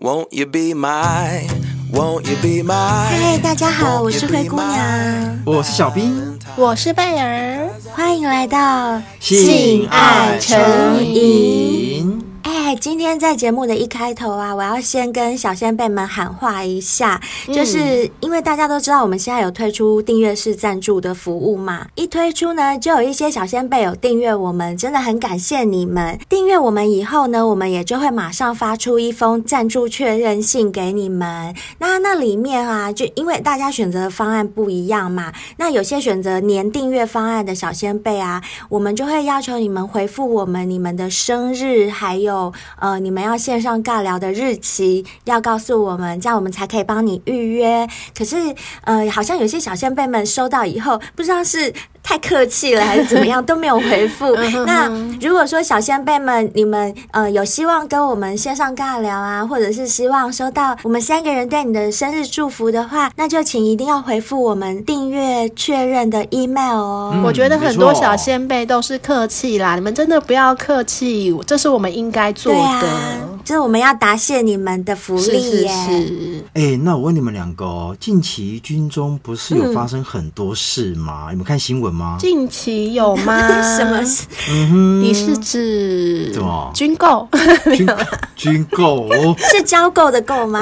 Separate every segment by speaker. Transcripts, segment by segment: Speaker 1: Won't you be my? Won't you be my?
Speaker 2: 嗨，大家好，我是灰姑娘，
Speaker 3: 我是小兵，
Speaker 4: 我是贝儿，
Speaker 2: 欢迎来到。
Speaker 4: 性爱成
Speaker 2: 瘾。哎，今天在节目的一开头啊，我要先跟小先辈们喊话一下，就是因为大家都知道我们现在有推出订阅式赞助的服务嘛，一推出呢，就有一些小先辈有订阅我们，真的很感谢你们。订阅我们以后呢，我们也就会马上发出一封赞助确认信给你们。那那里面啊，就因为大家选择的方案不一样嘛，那有些选择年订阅方案的小先辈啊，我们就会要求你们回复我们你们的生日，还有呃你们要线上尬聊的日期，要告诉我们，这样我们才可以帮你预约。可是呃，好像有些小先辈们收到以后，不知道是太客气了还是怎么样，都没有回复。那如果说小先辈们，你们呃有希望跟我们线上尬聊啊，或者是希望收到我们三个人对你的生日祝福的话，那就请一定要回复我们订阅确认的 email 哦。
Speaker 3: 嗯
Speaker 4: 我觉得很多
Speaker 3: 没错
Speaker 4: 小先辈都是客气啦，你们真的不要客气，这是我们应该做
Speaker 2: 对
Speaker 4: 的
Speaker 2: 啊。，就是我们要答谢你们的福
Speaker 4: 是
Speaker 2: 利
Speaker 4: 是
Speaker 2: 耶。
Speaker 4: 是，
Speaker 3: 哎、那我问你们两个哦，近期军中不是有发生很多事吗？你们看新闻吗？
Speaker 4: 近期有吗？
Speaker 2: 什么事？
Speaker 3: 嗯哼，
Speaker 4: 你是指
Speaker 3: 什么
Speaker 4: 军购？
Speaker 3: 军 军购哦，
Speaker 2: 是交购的购吗？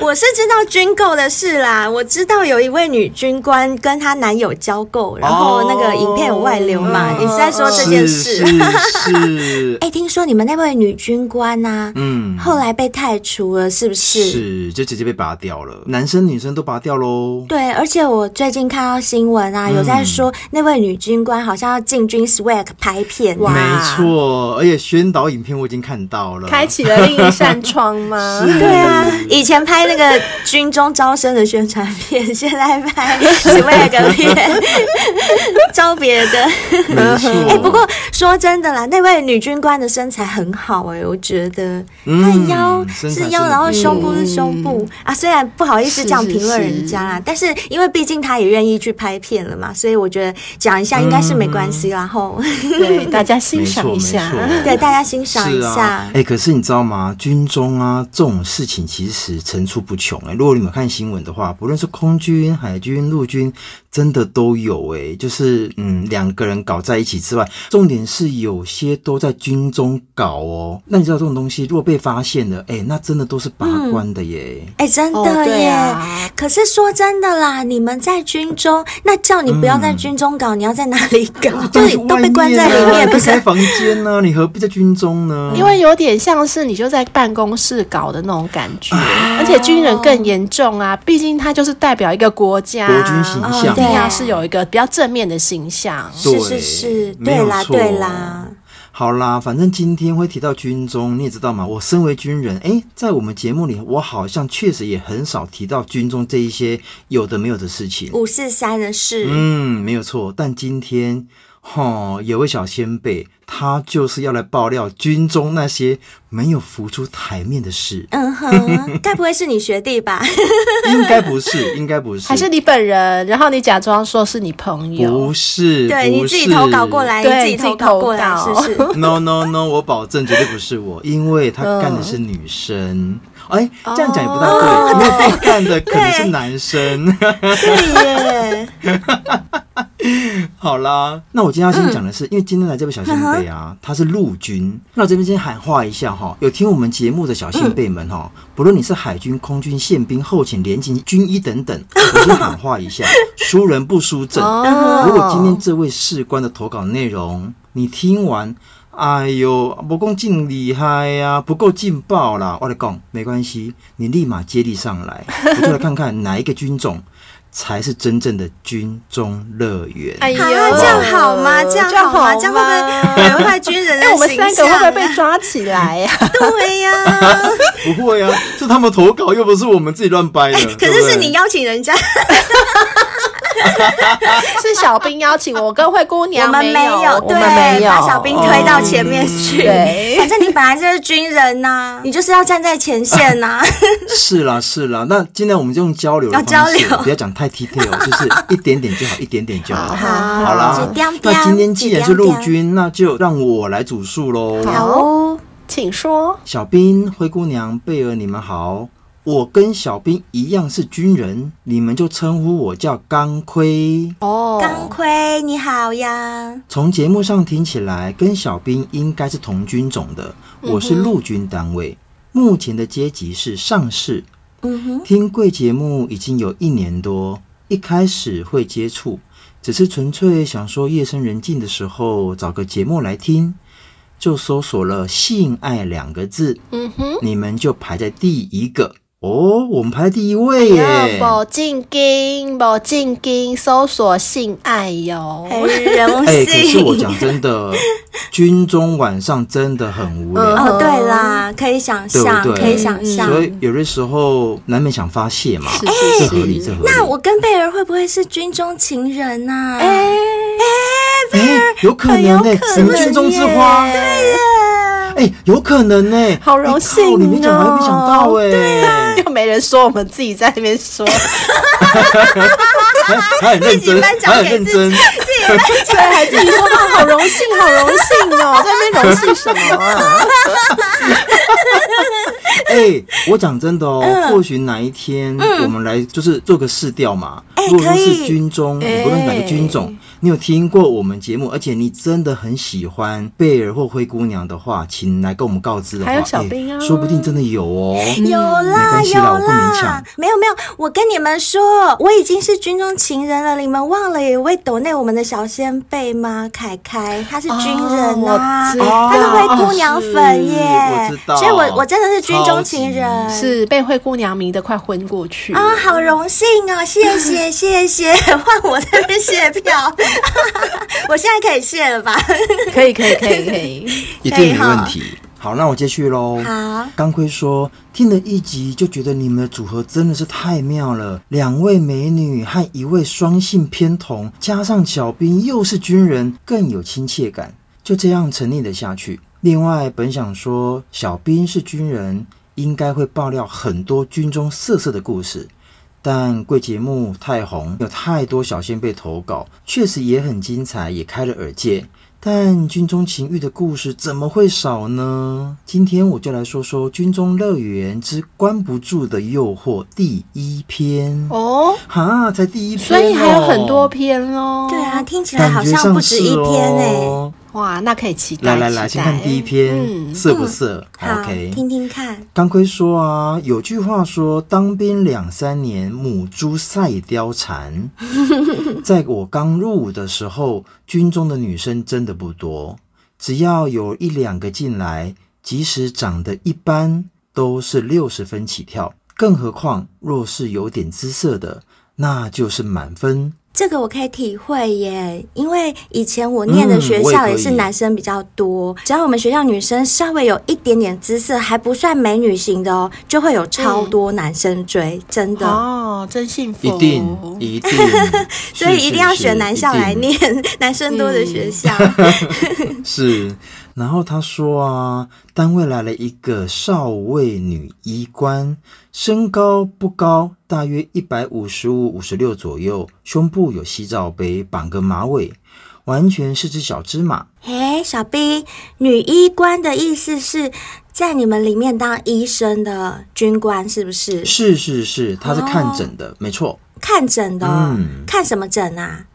Speaker 2: 我是知道军购的事啦，我知道有一位女军官跟她男友交购，然后那个影片有外流嘛。
Speaker 3: 哦
Speaker 2: 你是在说这件事？
Speaker 3: 是是
Speaker 2: 哎、听说你们那位女军官呐、
Speaker 3: 嗯，
Speaker 2: 后来被汰除了，是不是？
Speaker 3: 是就直接被拔掉了，男生女生都拔掉喽。
Speaker 2: 对，而且我最近看到新闻啊，有在说那位女军官好像要进军 SWAG 拍片，啊
Speaker 4: 哇
Speaker 3: 没错，而且宣导影片我已经看到了，
Speaker 4: 开启了另一扇窗吗？
Speaker 3: 是
Speaker 2: 对啊，以前拍那个军中招生的宣传片，现在拍 swag 片，招别 的。
Speaker 3: 没错。
Speaker 2: 哎、不过说真的啦，那位女军官的身材很好哎、我觉得她的
Speaker 3: 嗯
Speaker 2: 腰
Speaker 3: 身材嗯
Speaker 2: 是
Speaker 3: 真
Speaker 2: 腰，
Speaker 3: 的
Speaker 2: 然后
Speaker 3: 不错
Speaker 2: 胸部是胸部、啊。虽然不好意思
Speaker 4: 是
Speaker 2: 这样
Speaker 4: 是
Speaker 2: 评论人家啦，但是因为毕竟她也愿意去拍片了嘛，所以我觉得讲一下应该是没关系啦。吼、
Speaker 4: 对，大家欣
Speaker 3: 没
Speaker 4: 赏
Speaker 3: 错
Speaker 4: 一
Speaker 3: 没错
Speaker 4: 下。，
Speaker 2: 对大家欣赏一
Speaker 3: 是
Speaker 2: 下。
Speaker 3: 啊，哎、可是你知道吗？军中啊，这种事情其实层出不穷哎、如果你们看新闻的话，不论是空军、海军、陆军，真的都有哎、就是嗯，两个人搞在一起之外，重点是有些都在军中搞哦。那你知道这种东西，如果被发现了，哎、那真的都是拔关的耶。
Speaker 2: 哎、真
Speaker 4: 哦
Speaker 2: 的
Speaker 4: 对
Speaker 2: 耶、
Speaker 4: 啊
Speaker 2: 可是说真的啦，你们在军中，那叫你不要在军中搞，你要在哪里搞？
Speaker 3: 当
Speaker 4: 嗯
Speaker 2: 就
Speaker 3: 然
Speaker 2: 是
Speaker 3: 是
Speaker 2: 都被关在里
Speaker 3: 外
Speaker 2: 面，
Speaker 3: 啊
Speaker 2: 不
Speaker 3: 被开
Speaker 2: 是？
Speaker 3: 房间呢、你何必在军中呢？
Speaker 4: 因为有点像是你就在办公室搞的那种感觉，而且军人更严重啊，毕竟他就是代表一个国家，
Speaker 3: 国军形
Speaker 2: 哦
Speaker 3: 象
Speaker 4: 一定
Speaker 2: 对
Speaker 4: 要是有一个比较正面的形象。
Speaker 2: 是
Speaker 3: 对
Speaker 2: 是是，
Speaker 3: 没
Speaker 2: 对
Speaker 3: 有
Speaker 2: 啦
Speaker 3: 错
Speaker 2: 对啦，
Speaker 3: 好啦，反正今天会提到军中，你也知道嘛。我身为军人，诶，在我们节目里，我好像确实也很少提到军中这一些有的没有的事情。
Speaker 2: 五四三的事。。
Speaker 3: 嗯，没有错。但今天，吼，有位小先辈，他就是要来爆料军中那些没有浮出台面的事
Speaker 2: 嗯哼， 该不会是你学弟吧？
Speaker 3: 应该不是，应该不 是，
Speaker 4: 还是你本人，然后你假装说是你朋友
Speaker 3: 不，是？
Speaker 2: 对，你
Speaker 3: 不
Speaker 2: 自己
Speaker 3: 是
Speaker 2: 投稿过。来，你
Speaker 4: 对
Speaker 2: 自己
Speaker 4: 自
Speaker 2: 投
Speaker 4: 己
Speaker 2: 稿过来，
Speaker 4: 投
Speaker 2: 是
Speaker 4: 稿
Speaker 2: 不 是？
Speaker 3: No no no！我保证绝对不是我，因为他干的是女生。哎、这样讲也不大对，因为他干的可能是男生。
Speaker 2: 对耶，
Speaker 3: 好啦，那我今天要先讲的是，因为今天来这位小先辈啊，他是陆军。那我这边先喊话一下哈，有听我们节目的小先辈们哈，不论你是海军、空军、宪兵、后勤、联勤、军医等等，我先喊话一下，输人不输阵。
Speaker 4: 哦
Speaker 3: 如果今天这位士官的投稿内容你听完，哎呦，不够劲厉害呀、不够劲爆啦，我来讲没关系，你立马接力上来，我就来看看 哪一个军种才是真正的军中乐园。
Speaker 4: 哎呦，
Speaker 2: 啊，这样好吗？这样好吗？这样会不会毁坏军人的
Speaker 4: 哎，我们
Speaker 2: 形
Speaker 4: 三个会不会
Speaker 2: 象
Speaker 4: 被
Speaker 2: 啊
Speaker 4: 抓起来呀？
Speaker 2: 对呀、
Speaker 3: 不会啊，是他们投稿，又不是我们自己乱掰的。
Speaker 2: 哎可
Speaker 3: 对不
Speaker 2: 是
Speaker 3: 对
Speaker 2: 是你邀请人家。
Speaker 4: 是小兵邀请我跟灰姑
Speaker 2: 我
Speaker 4: 娘，
Speaker 2: 们没
Speaker 4: 有，
Speaker 2: 有，嗯
Speaker 4: 我
Speaker 2: 对，
Speaker 4: 们没有
Speaker 2: 把小兵推到前面去。
Speaker 4: 对
Speaker 2: 反正你本来就是军人呐、你就是要站在前线 呐、
Speaker 3: 是啦是啦，那今天我们就用交流的
Speaker 2: 要交
Speaker 3: 方式，
Speaker 2: 流
Speaker 3: 不要讲太 detail，就是一点点就好，一点点就好。
Speaker 2: 好
Speaker 3: 好啦
Speaker 2: 几点，点
Speaker 3: 那今天既然是
Speaker 2: 几
Speaker 3: 陆啊
Speaker 2: 点点
Speaker 3: 军，那就让我来主述喽。
Speaker 2: 好哦，
Speaker 4: 请说。
Speaker 3: 小兵、灰姑娘、贝儿，你们好，我跟小兵一样是军人，你们就称呼我叫钢盔。
Speaker 4: 哦，
Speaker 2: 钢盔，你好呀！
Speaker 3: 从节目上听起来，跟小兵应该是同军种的。我是陆军单位，目前的阶级是上士。
Speaker 2: 嗯哼，
Speaker 3: 听贵节目已经有一年多，一开始会接触，只是纯粹想说夜深人静的时候找个节目来听，就搜索了“性爱”两个字，
Speaker 4: 嗯哼，
Speaker 3: 你们就排在第一个哦，我们排在第一位耶！
Speaker 4: 有无进京，无进京，搜索性爱哟。
Speaker 2: 很荣幸。
Speaker 3: 哎、可是我讲真的，军中晚上真的很无 聊。
Speaker 2: 哦，对啦，可以想象，
Speaker 3: 对不对
Speaker 2: 可以想象。
Speaker 3: 所以有的时候难免想发泄嘛，
Speaker 4: 是
Speaker 3: 这
Speaker 4: 是
Speaker 3: 合理，
Speaker 4: 是，
Speaker 3: 这合理。
Speaker 2: 那我跟贝尔会不会是军中情人呐、啊？
Speaker 4: 哎
Speaker 3: 哎、有可能呢、什么军中之花？
Speaker 4: 耶
Speaker 3: 哎、有可能呢、
Speaker 4: 好荣幸
Speaker 3: 哎靠你没讲，我还没
Speaker 4: 哦啊
Speaker 3: 想到哎、
Speaker 4: 又没人说，我们自己在那边说。
Speaker 3: 他他很认
Speaker 2: 自己
Speaker 3: 真，
Speaker 2: 颁
Speaker 3: 他
Speaker 2: 奖
Speaker 3: 很
Speaker 2: 给
Speaker 3: 认
Speaker 2: 自
Speaker 3: 真。
Speaker 4: 对，还自己说哇，好荣幸，好荣 幸哦，在那边荣幸什么啊？
Speaker 3: 哎、我讲真的哦，
Speaker 4: 嗯
Speaker 3: 或许哪一天我们来就是做个试调嘛。
Speaker 2: 哎
Speaker 3: 如果说
Speaker 2: 可
Speaker 3: 是
Speaker 2: 以
Speaker 3: 军中，
Speaker 4: 哎
Speaker 3: 不论哪个军种，你有听过我们节目，而且你真的很喜欢贝尔或灰姑娘的话，请来跟我们告知的话，
Speaker 4: 还有小兵啊
Speaker 3: 哎说不定真的有 哦。
Speaker 2: 有
Speaker 3: 没
Speaker 2: 啦
Speaker 3: 关系
Speaker 2: 有
Speaker 3: 啦我不勉强
Speaker 2: 啦，没有没有，我跟你们说，我已经是军中情人了，你们忘了有位抖内我们的小先辈吗？凯凯，他是军人啊，
Speaker 4: 哦我知道
Speaker 2: 他是灰姑娘粉耶
Speaker 3: 哦是我知，道
Speaker 2: 所以我我真的是军中情人，
Speaker 4: 是被灰姑娘迷得快昏过去
Speaker 2: 啊，好荣幸哦！谢谢 谢谢，换我这边谢票， 我现在可以谢了吧？
Speaker 4: 可以可以可以可以，
Speaker 3: 一定没问题。好，那我接续喽。
Speaker 2: 好，
Speaker 3: 钢盔说，听了一集就觉得你们的组合真的是太妙了，两位美女和一位双性偏同，加上小兵又是军人，更有亲切感，就这样成立了下去。另外，本想说小兵是军人，应该会爆料很多军中色色的故事。但贵节目太红，有太多小先辈投稿，确实也很精彩，也开了耳界。但军中情欲的故事怎么会少呢？今天我就来说说《军中乐园之关不住的诱惑》第一篇。
Speaker 4: 哦，
Speaker 3: 哈，才第一篇、
Speaker 4: 所以还有很多，篇哦。
Speaker 2: 对啊，，听起来
Speaker 3: 感
Speaker 2: 好
Speaker 3: 觉
Speaker 2: 像
Speaker 3: 上
Speaker 2: 不止一篇哎、
Speaker 3: 是哦
Speaker 4: 哇，那可以期待
Speaker 3: 来来来，
Speaker 4: 期
Speaker 3: 先
Speaker 4: 待
Speaker 3: 看第一篇，
Speaker 4: 嗯
Speaker 3: 色不色
Speaker 2: 好
Speaker 3: ？OK，
Speaker 2: 听听看。
Speaker 3: 钢盔说啊，有句话说，当兵两三年，母猪赛貂 蝉。在我刚入伍的时候，军中的女生真的不多，只要有一两个进来，即使长得一般，都是六十分起跳。更何况，若是有点姿色的，那就是满分。
Speaker 2: 这个我可以体会耶，因为以前我念的
Speaker 3: 嗯
Speaker 2: 学校也是男生比较多，只要我们学校女生稍微有一点点姿色，还不算美女型的哦，就会有超多男生追，真的。
Speaker 3: 啊
Speaker 4: 哦，真幸福，
Speaker 3: 一定，一定，
Speaker 2: 所以一定要
Speaker 3: 是是
Speaker 2: 选男校
Speaker 3: 一定嗯
Speaker 2: 来念，男生多的学校。
Speaker 3: 是，然后他说啊，单位来了一个少尉女医官，身高不高，大约一百五十五、五十六左右，胸部有西罩杯，绑个马尾，完全是只小芝麻。
Speaker 2: 哎，小兵，女医官的意思是在你们里面当医生的军官是不是？
Speaker 3: 是是是，他是看诊的，没错。
Speaker 2: 看诊的哦、
Speaker 3: 嗯
Speaker 2: 看什么诊啊？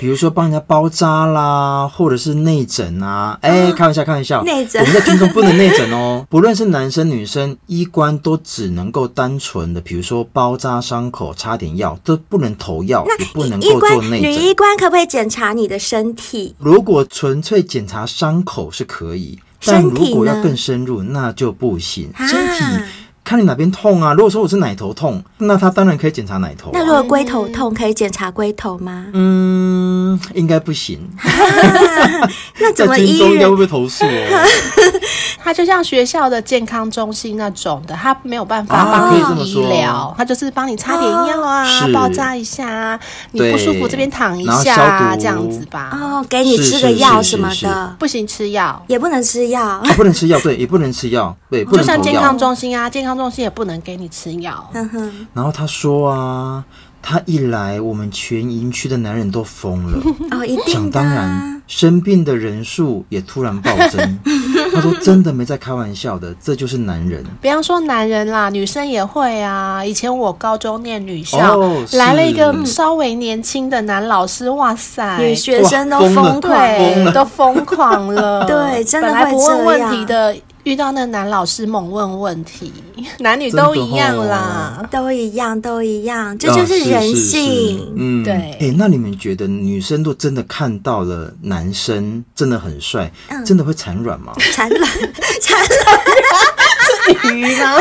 Speaker 3: 比如说帮人家包扎啦，或者是内诊啊，哎、开玩笑，开玩笑，
Speaker 2: 内诊
Speaker 3: 我们在军中不能内诊哦， 不论是男生女生，医官都只能够单纯的，比如说包扎伤口、擦点药，都不能投药，也不能
Speaker 2: 医
Speaker 3: 够
Speaker 2: 官
Speaker 3: 做，内
Speaker 2: 女
Speaker 3: 诊。
Speaker 2: 医官可不可以检查你的身体？
Speaker 3: 如果纯粹检查伤口是可以，但
Speaker 2: 身体
Speaker 3: 如果要
Speaker 2: 呢
Speaker 3: 更深入，那就不行。
Speaker 2: 啊
Speaker 3: 身体看你哪边痛啊，如果说我是奶头痛，那他当然可以检查奶头、
Speaker 2: 那如
Speaker 3: 啊。
Speaker 2: 果龟头痛，可以检查龟头吗？
Speaker 3: 嗯，应该不行。
Speaker 2: 那啊怎
Speaker 3: 在
Speaker 2: 么
Speaker 3: 军
Speaker 2: 医
Speaker 3: 中应该
Speaker 2: 人
Speaker 3: 会被投 诉哦。
Speaker 4: 它就像学校的健康中心那种的，它没有办法
Speaker 3: 啊
Speaker 4: 帮
Speaker 3: 可以这么
Speaker 4: 你医
Speaker 3: 说
Speaker 4: 疗，它就是帮你擦点药啊
Speaker 3: 是，
Speaker 4: 包扎一下啊，你
Speaker 3: 对
Speaker 4: 不舒服这边躺一
Speaker 3: 然后
Speaker 4: 下
Speaker 3: 消
Speaker 4: 啊，
Speaker 3: 毒
Speaker 4: 这样子吧。
Speaker 2: 哦，给你
Speaker 3: 是
Speaker 2: 吃
Speaker 3: 是
Speaker 2: 个药
Speaker 3: 是
Speaker 2: 什么的，
Speaker 3: 是
Speaker 4: 不行吃药，
Speaker 2: 也不能吃药。
Speaker 3: 啊，不能吃药，对，也不能吃药，对，不
Speaker 4: 就
Speaker 3: 能
Speaker 4: 像
Speaker 3: 投
Speaker 4: 健
Speaker 3: 药嗯
Speaker 4: 康。中心啊，健康中心也不能给你吃药。
Speaker 2: 哼哼，
Speaker 3: 然后他说啊，他一来，我们全营区的男人都 疯了。
Speaker 2: 哦，一
Speaker 3: 想
Speaker 2: 定的
Speaker 3: 当
Speaker 2: 啊。
Speaker 3: 然，生病的人数也突然暴增。他说真的没在开玩笑的，这就是男人。
Speaker 4: 不要说男人啦，女生也会啊。以前我高中念女校，
Speaker 3: 哦是
Speaker 4: 来了一个稍微年轻的男老师，哇塞，
Speaker 2: 女学生都
Speaker 3: 哇疯了
Speaker 2: 疯狂。
Speaker 4: 对都疯狂 了。
Speaker 2: 对真的
Speaker 4: 本来
Speaker 2: 会
Speaker 4: 不
Speaker 2: 这
Speaker 4: 问问
Speaker 2: 样
Speaker 4: 题的，遇到那男老师猛问 问题，男女
Speaker 3: 真的
Speaker 4: 都一样
Speaker 3: 哦
Speaker 4: 啦。
Speaker 2: 都一样，都一样，这
Speaker 3: 啊
Speaker 2: 就是人
Speaker 3: 是
Speaker 2: 性。
Speaker 3: 嗯，
Speaker 4: 对
Speaker 3: 哎、那你们觉得女生都真的看到了男生真的很帅，
Speaker 2: 嗯
Speaker 3: 真的会产卵 吗？
Speaker 2: 产 卵，产卵，
Speaker 4: 鱼吗？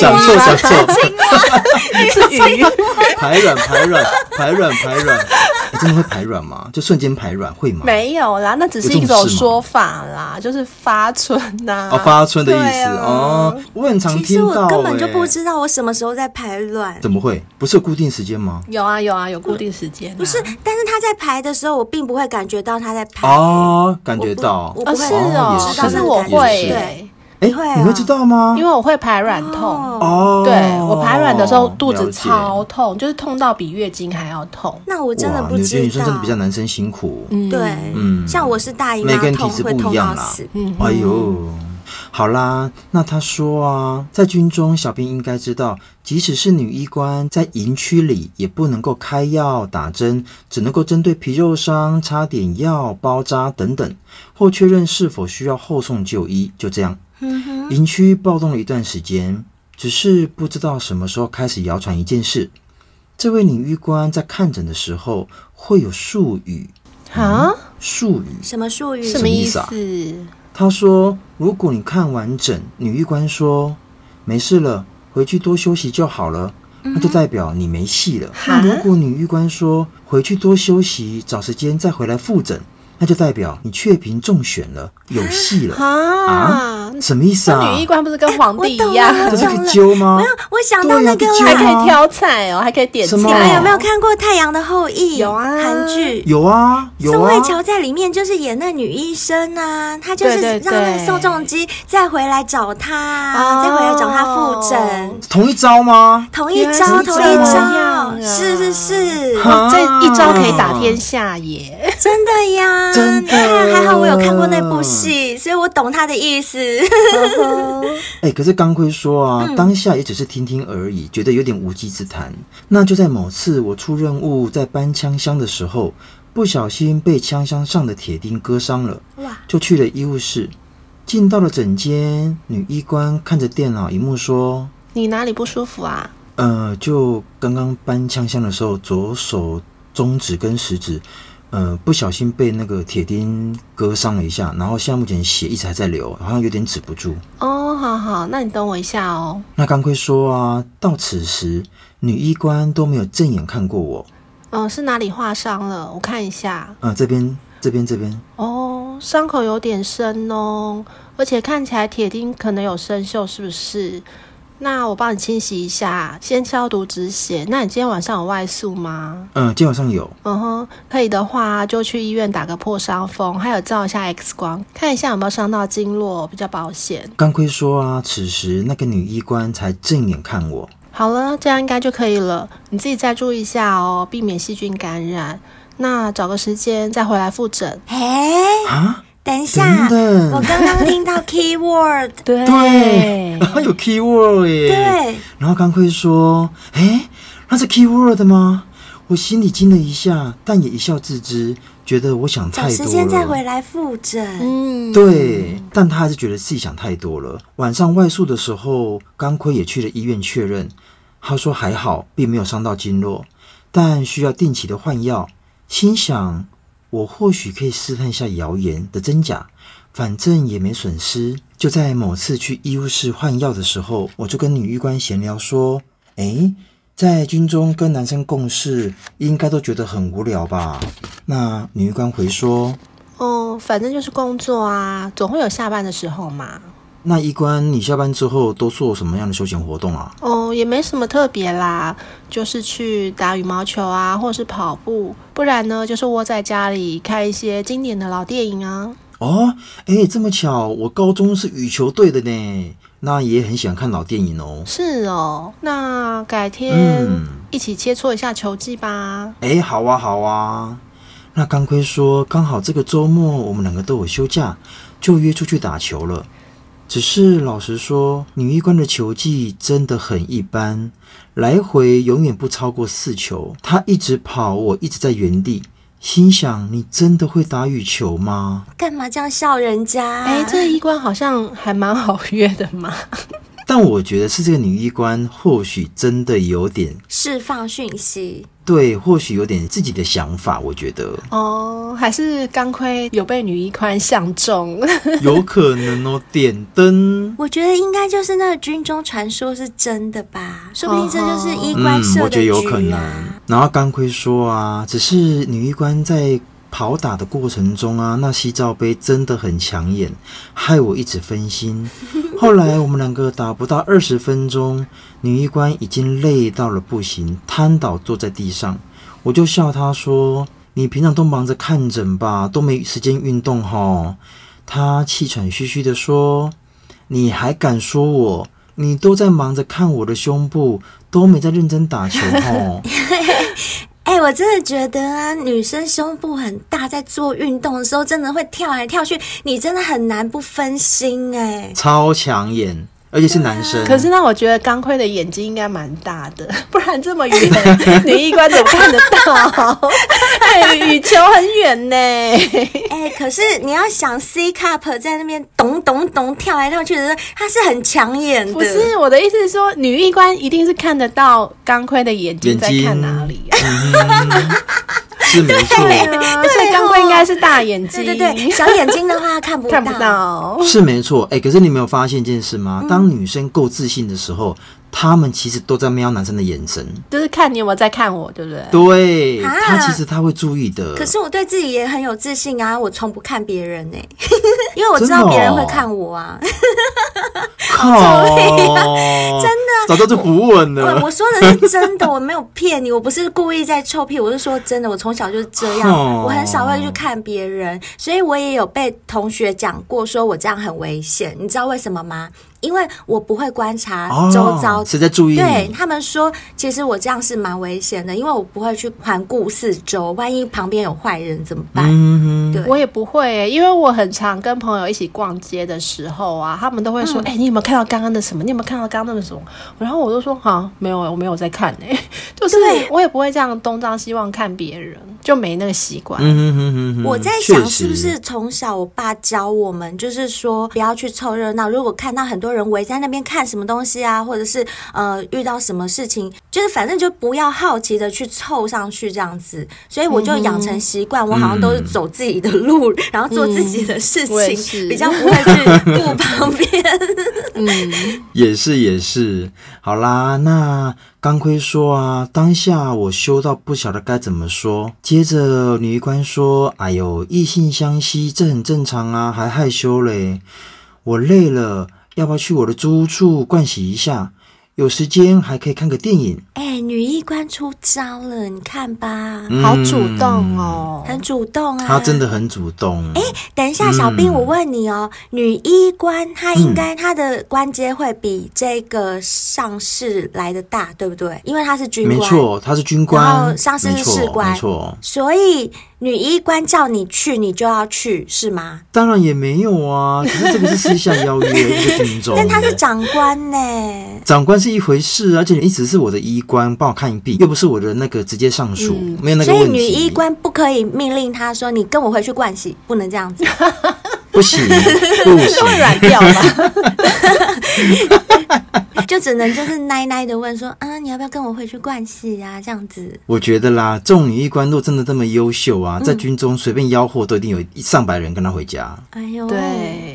Speaker 3: 讲错讲错，
Speaker 2: 哦
Speaker 4: 是鱼。
Speaker 3: 排卵排卵排卵排卵、欸真的会排卵吗？就瞬间排卵会吗？
Speaker 4: 没有啦，那只是
Speaker 3: 有这
Speaker 4: 一
Speaker 3: 种
Speaker 4: 种
Speaker 3: 事吗
Speaker 4: 说法啦，就是发春呐、
Speaker 3: 哦，发春的意
Speaker 4: 对
Speaker 3: 思、
Speaker 4: 啊
Speaker 3: 哦，我很常
Speaker 2: 其
Speaker 3: 听
Speaker 2: 实
Speaker 3: 到、欸，啊
Speaker 2: 我根本就不知道我什么时候在排卵。
Speaker 3: 怎么会？不是有固定时间吗？
Speaker 4: 有啊有啊，有固定时间、啊。
Speaker 2: 不是，但是他在排的时候，我并不会感觉到他在排。
Speaker 3: 哦，感觉到
Speaker 2: 嗯我不
Speaker 4: 啊，
Speaker 2: 我
Speaker 4: 是
Speaker 3: 哦
Speaker 4: 哦
Speaker 3: 也，是
Speaker 4: 可是我会
Speaker 3: 也是
Speaker 4: 耶，
Speaker 3: 哎、
Speaker 2: 会啊
Speaker 3: 你会知道吗？
Speaker 4: 因为我会排卵痛。
Speaker 2: 哦，
Speaker 3: 哦，
Speaker 4: 对我排卵的时候肚子
Speaker 3: 了解
Speaker 4: 超痛，就是痛到比月经还要痛。
Speaker 2: 那我真的
Speaker 3: 哇
Speaker 2: 不
Speaker 3: 女
Speaker 2: 知道。
Speaker 3: 女生真的比较男生辛苦。嗯，
Speaker 2: 对，
Speaker 3: 嗯
Speaker 2: 像我是大姨妈
Speaker 3: 每个人
Speaker 2: 痛
Speaker 3: 体质
Speaker 2: 会
Speaker 3: 不
Speaker 2: 痛
Speaker 3: 一样
Speaker 2: 到
Speaker 3: 啦
Speaker 2: 死。。
Speaker 4: 嗯
Speaker 3: 哎呦，好啦，那他说啊，在军中，小兵应该知道，即使是女医官，在营区里也不能够开药打针，只能够针对皮肉伤擦点药、包扎等等，或确认是否需要后送就医。就这样，营区暴动了一段时间，只是不知道什么时候开始谣传一件事。这位女医官在看诊的时候会有术语，
Speaker 4: 啊，
Speaker 3: 术语
Speaker 2: 什么术语？
Speaker 4: 什
Speaker 3: 么
Speaker 4: 么
Speaker 3: 意
Speaker 4: 意
Speaker 3: 思
Speaker 4: 思
Speaker 3: 啊？他说：“如果你看完整，女医官说没事了，回去多休息就好了，
Speaker 4: 嗯
Speaker 3: 那就代表你没戏了。那如果女医官说回去多休息，找时间再回来复诊，那就代表你确评中选了，有戏了。
Speaker 4: 啊，
Speaker 3: 什么意思
Speaker 4: 那
Speaker 3: 啊
Speaker 4: 女医？官不是跟皇帝一样，
Speaker 2: 我
Speaker 3: 这
Speaker 2: 懂
Speaker 3: 是
Speaker 2: 了
Speaker 3: 个揪吗？
Speaker 2: 我想到
Speaker 3: 对呀
Speaker 2: 那个
Speaker 3: 不
Speaker 4: 还
Speaker 3: 见
Speaker 4: 可
Speaker 2: 啦，
Speaker 4: 以挑菜哦，还可以点
Speaker 3: 什么
Speaker 2: 你们
Speaker 4: 菜
Speaker 2: 有没有看过《太阳的后裔》？
Speaker 4: 有啊
Speaker 2: 韩剧。
Speaker 3: 有啊，有
Speaker 2: 宋
Speaker 3: 啊
Speaker 2: 慧。乔在里面就是演那女医生啊，她就是
Speaker 4: 对对
Speaker 2: 让那个
Speaker 4: 对
Speaker 2: 宋仲基再回来找她啊，
Speaker 4: 哦
Speaker 2: 再回来找她复诊，
Speaker 3: 同一招吗？
Speaker 2: 同一
Speaker 4: 原
Speaker 2: 招，
Speaker 4: 来是
Speaker 2: 同
Speaker 4: 这
Speaker 2: 一
Speaker 4: 样
Speaker 2: 招，
Speaker 4: 啊
Speaker 2: 是是是，
Speaker 3: 哈
Speaker 4: 这一招可以打天下耶！
Speaker 2: 真的呀，
Speaker 3: 真的
Speaker 2: 你看还好我有看过那部戏，所以我懂她的意思。
Speaker 4: 啊
Speaker 3: 哎、可是钢盔说啊，当下也只是听听而已，觉得有点无稽之谈。那就在某次我出任务在搬枪箱的时候，不小心被枪箱上的铁钉割伤了，
Speaker 2: 哇，
Speaker 3: 就去了医务室。进到了诊间，女医官看着电脑荧幕说
Speaker 4: 你哪里不舒服啊？：“
Speaker 3: 呃，就刚刚搬枪箱的时候，左手中指跟食指，呃，不小心被那个铁钉割伤了一下，然后现在目前血一直还在流，好像有点止不住。”
Speaker 4: 哦，好好，那你等我一下哦。
Speaker 3: 那钢盔说啊，到此时女医官都没有正眼看过我。
Speaker 4: 嗯，是哪里划伤了？我看一下。
Speaker 3: 嗯、这边，这边，这边。
Speaker 4: 哦，伤口有点深哦，而且看起来铁钉可能有生锈，是不是？那我帮你清洗一下，先消毒止血。那你今天晚上有外宿吗？
Speaker 3: 嗯、肩膀上有。
Speaker 4: 嗯哼，可以的话就去医院打个破伤风，还有照一下 X 光，看一下有没有伤到经络，比较保险。
Speaker 3: 钢盔说啊，此时那个女医官才正眼看我。
Speaker 4: 好了，这样应该就可以了。你自己再注意一下哦，避免细菌感染。那找个时间再回来复诊。
Speaker 2: 哎，
Speaker 3: 啊，
Speaker 2: 等一
Speaker 3: 等
Speaker 2: 下，我
Speaker 3: 等，
Speaker 2: 刚刚听到 keyword，
Speaker 4: 对
Speaker 3: 对， 有 keyword 耶。
Speaker 2: 对，
Speaker 3: 然后钢盔说，哎，那是 keyword 吗？我心里惊了一下，但也一笑置之，觉得我想
Speaker 2: 找
Speaker 3: 太多
Speaker 2: 时
Speaker 3: 了。
Speaker 2: 间再回来复诊。
Speaker 4: 嗯，
Speaker 3: 对，但他还是觉得自己想太多了。晚上外宿的时候，钢盔也去了医院确认，他说还好，并没有伤到经络，但需要定期的换药。心想，我或许可以试探一下谣言的真假，反正也没损失。就在某次去医务室换药的时候，我就跟女医官闲聊说：“诶，在军中跟男生共事，应该都觉得很无聊吧？”那女医官回说：“
Speaker 4: 哦，反正就是工作啊，总会有下班的时候嘛。
Speaker 3: 那医官，你下班之后都做什么样的休闲活动啊？
Speaker 4: 哦，也没什么特别啦，就是去打羽毛球啊，或是跑步，不然呢就是窝在家里看一些经典的老电影啊。
Speaker 3: 哦，哎，这么巧，我高中是羽球队的呢，那也很喜欢看老电影哦。
Speaker 4: 是哦，那改天
Speaker 3: 嗯
Speaker 4: 一起切磋一下球技吧。
Speaker 3: 哎，好啊，好啊。那钢盔说，刚好这个周末我们两个都有休假，就约出去打球了。只是老实说，女一官的球技真的很一般，来回永远不超过四球。她一直跑，我一直在原地，心想：你真的会打羽球吗？
Speaker 2: 干嘛这样笑人家？
Speaker 4: 哎、这一关好像还蛮好约的嘛。
Speaker 3: 但我觉得是这个女医官或许真的有点
Speaker 2: 释放讯息，
Speaker 3: 对，或许有点自己的想法。我觉得
Speaker 4: 哦，还是钢盔有被女一宽相中，
Speaker 3: 有可能哦，点灯。
Speaker 2: 我觉得应该就是那个军中传说是真的吧？说不定这
Speaker 4: 哦
Speaker 2: 就是医官
Speaker 3: 嗯，
Speaker 2: 设
Speaker 3: 我
Speaker 2: 的
Speaker 3: 觉得有可
Speaker 2: 局
Speaker 3: 能
Speaker 2: 啊。。
Speaker 3: 然后钢盔说啊，只是女医官在跑打的过程中啊，那西罩杯真的很抢眼，害我一直 分心。后来我们两个打不到二十分钟，女医官已经累到了不行，瘫倒坐在地上。我就笑她说：“你平常都忙着看诊吧，都没时间运动吼。”她气喘吁吁地说：“你还敢说我？你都在忙着看我的胸部，都没在认真打球 吼。
Speaker 2: 哎、我真的觉得啊，女生胸部很大，在做运动的时候真的会跳来跳去，你真的很难不分心哎、
Speaker 3: 超抢眼，而且是男生。
Speaker 4: 可是那我觉得钢盔的眼睛应该蛮大的， 不然这么远，女一官怎么看得到？哎，羽球很远 呢。
Speaker 2: 哎、可是你要想 C cup 在那边咚咚咚跳来跳去的时候，它是很抢眼的。
Speaker 4: 不是我的意思是说，女医官一定是看得到钢盔的眼睛在看哪里、啊。
Speaker 3: 嗯是没 错，
Speaker 4: 对，啊所以钢盔应该是 大眼睛。
Speaker 2: 对对对，小眼睛的话看不
Speaker 4: 看不到。
Speaker 3: 是没错。哎、可是你没有发现一件事
Speaker 2: 嗯
Speaker 3: 吗？当女生够自信的时候，她们其实都在瞄男生的眼神。
Speaker 4: 就是看你有没有在看我，对不对？
Speaker 3: 对，
Speaker 2: 啊
Speaker 3: 她其实她会注意的。
Speaker 2: 可是我对自己也很有自信啊，我从不看别人 呢、因为我知
Speaker 3: 真的
Speaker 2: 道
Speaker 3: 哦
Speaker 2: 别人会看我啊。
Speaker 3: 靠，真的，早知道就不问
Speaker 2: 哦 我
Speaker 3: 了。
Speaker 2: 我说的是真的，我没有骗你，我不是故意在臭屁，我是说真的，我从小就是这样，
Speaker 3: 哦
Speaker 2: 我很少会去看别人，所以我也有被同学讲过，说我这样很危险，你知道为什么吗？因为我不会观察周遭
Speaker 3: 谁在哦注意
Speaker 2: 对
Speaker 3: 你？
Speaker 2: 他们说，其实我这样是蛮危险的，因为我不会去环顾四周，万一旁边有坏人怎么办？
Speaker 3: 嗯哼，
Speaker 2: 对
Speaker 4: 我也不会耶、因为我很常跟朋友一起逛街的时候啊，他们都会说：“哎、你有没有看到刚刚的什么？你有没有看到刚刚的什么？”然后我就说：“啊，没有耶，我没有在看诶、 就是我也不会这样东张西望看别人，就没那个习惯。
Speaker 3: 嗯哼哼哼哼，
Speaker 2: 我在
Speaker 3: 确
Speaker 2: 想，
Speaker 3: 实
Speaker 2: 是不是从小我爸教我们，就是说不要去凑热闹。如果看到很多人围在那边看什么东西啊，或者是呃遇到什么事情，就是反正就不要好奇的去凑上去这样子。所以我就养成习惯，我好像都是走自己的路，然后做自己的事
Speaker 4: 我也
Speaker 2: 情，
Speaker 4: 是
Speaker 2: 比较不会去顾旁边。
Speaker 3: 也是也是，好啦，那钢盔说啊，当下我羞到不晓得该怎么说。接着女医官说：“哎呦，异性相吸，这很正常啊，还害羞嘞。我累了，要不要去我的租屋处盥洗一下？有时间还可以看个电影。
Speaker 2: 哎、女医官出招了，你看吧，
Speaker 4: 好主动哦、
Speaker 2: 很主动啊，
Speaker 3: 她真的很主动。
Speaker 2: 等一下，小兵，
Speaker 3: 嗯
Speaker 2: 我问你哦，女医官她应该她的关节会比这个上士来的大，对不对？因为她是军
Speaker 3: 没
Speaker 2: 官，
Speaker 3: 错，她是军
Speaker 2: 然后
Speaker 3: 官，
Speaker 2: 上司
Speaker 3: 没
Speaker 2: 是
Speaker 3: 错
Speaker 2: 士官
Speaker 3: 没错。
Speaker 2: 所以女医官叫你去，你就要去，是吗？
Speaker 3: 当然也没有啊，可是这个是私下 邀约，一个军中。
Speaker 2: 但她是长官呢，
Speaker 3: 长官是一回事，啊而且你一直是我的医官，帮我看一病，又不是我的那个直接上属，没有那
Speaker 2: 嗯
Speaker 3: 个
Speaker 2: 所以
Speaker 3: 问题。
Speaker 2: 女医官不可以命令她说你跟我回去盥洗，不能这样子。
Speaker 3: 不行，不
Speaker 4: 会
Speaker 3: 行，
Speaker 4: 软掉吧？
Speaker 2: 就只能就是奶奶的问说，啊，你要不要跟我回去盥洗啊？这样子，
Speaker 3: 我觉得啦，这种女医官若真的这么优秀啊，
Speaker 2: 嗯
Speaker 3: 在军中随便吆喝都一定有一上百人跟她回家，
Speaker 2: 哎呦，
Speaker 4: 对，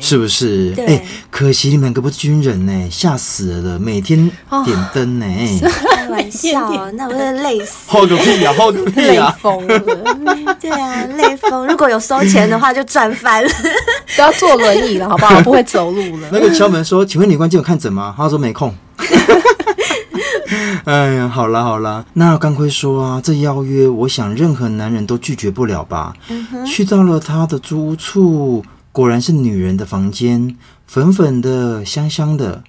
Speaker 3: 是不是？
Speaker 2: 对
Speaker 3: 哎、可惜你们两个不是军人呢、吓死了每天
Speaker 2: 哦
Speaker 3: 点灯呢、哎
Speaker 2: 开玩笑，哦那不是累死。
Speaker 3: 吼个屁呀、吼个屁啊
Speaker 4: 累
Speaker 3: 呀、
Speaker 4: 疯 了，
Speaker 2: 对啊，累 疯。如果有收钱的话，就赚翻了。
Speaker 4: 都要坐轮椅了，好不 好？不会走路了。
Speaker 3: 那个敲门说：“请问女官今天有看诊吗？”他说：“没空。” 哎呀，好啦好啦，那钢盔说啊，这邀约我想任何男人都拒绝不了吧。去到了他的租屋处，果然是女人的房间，粉粉的，香香的，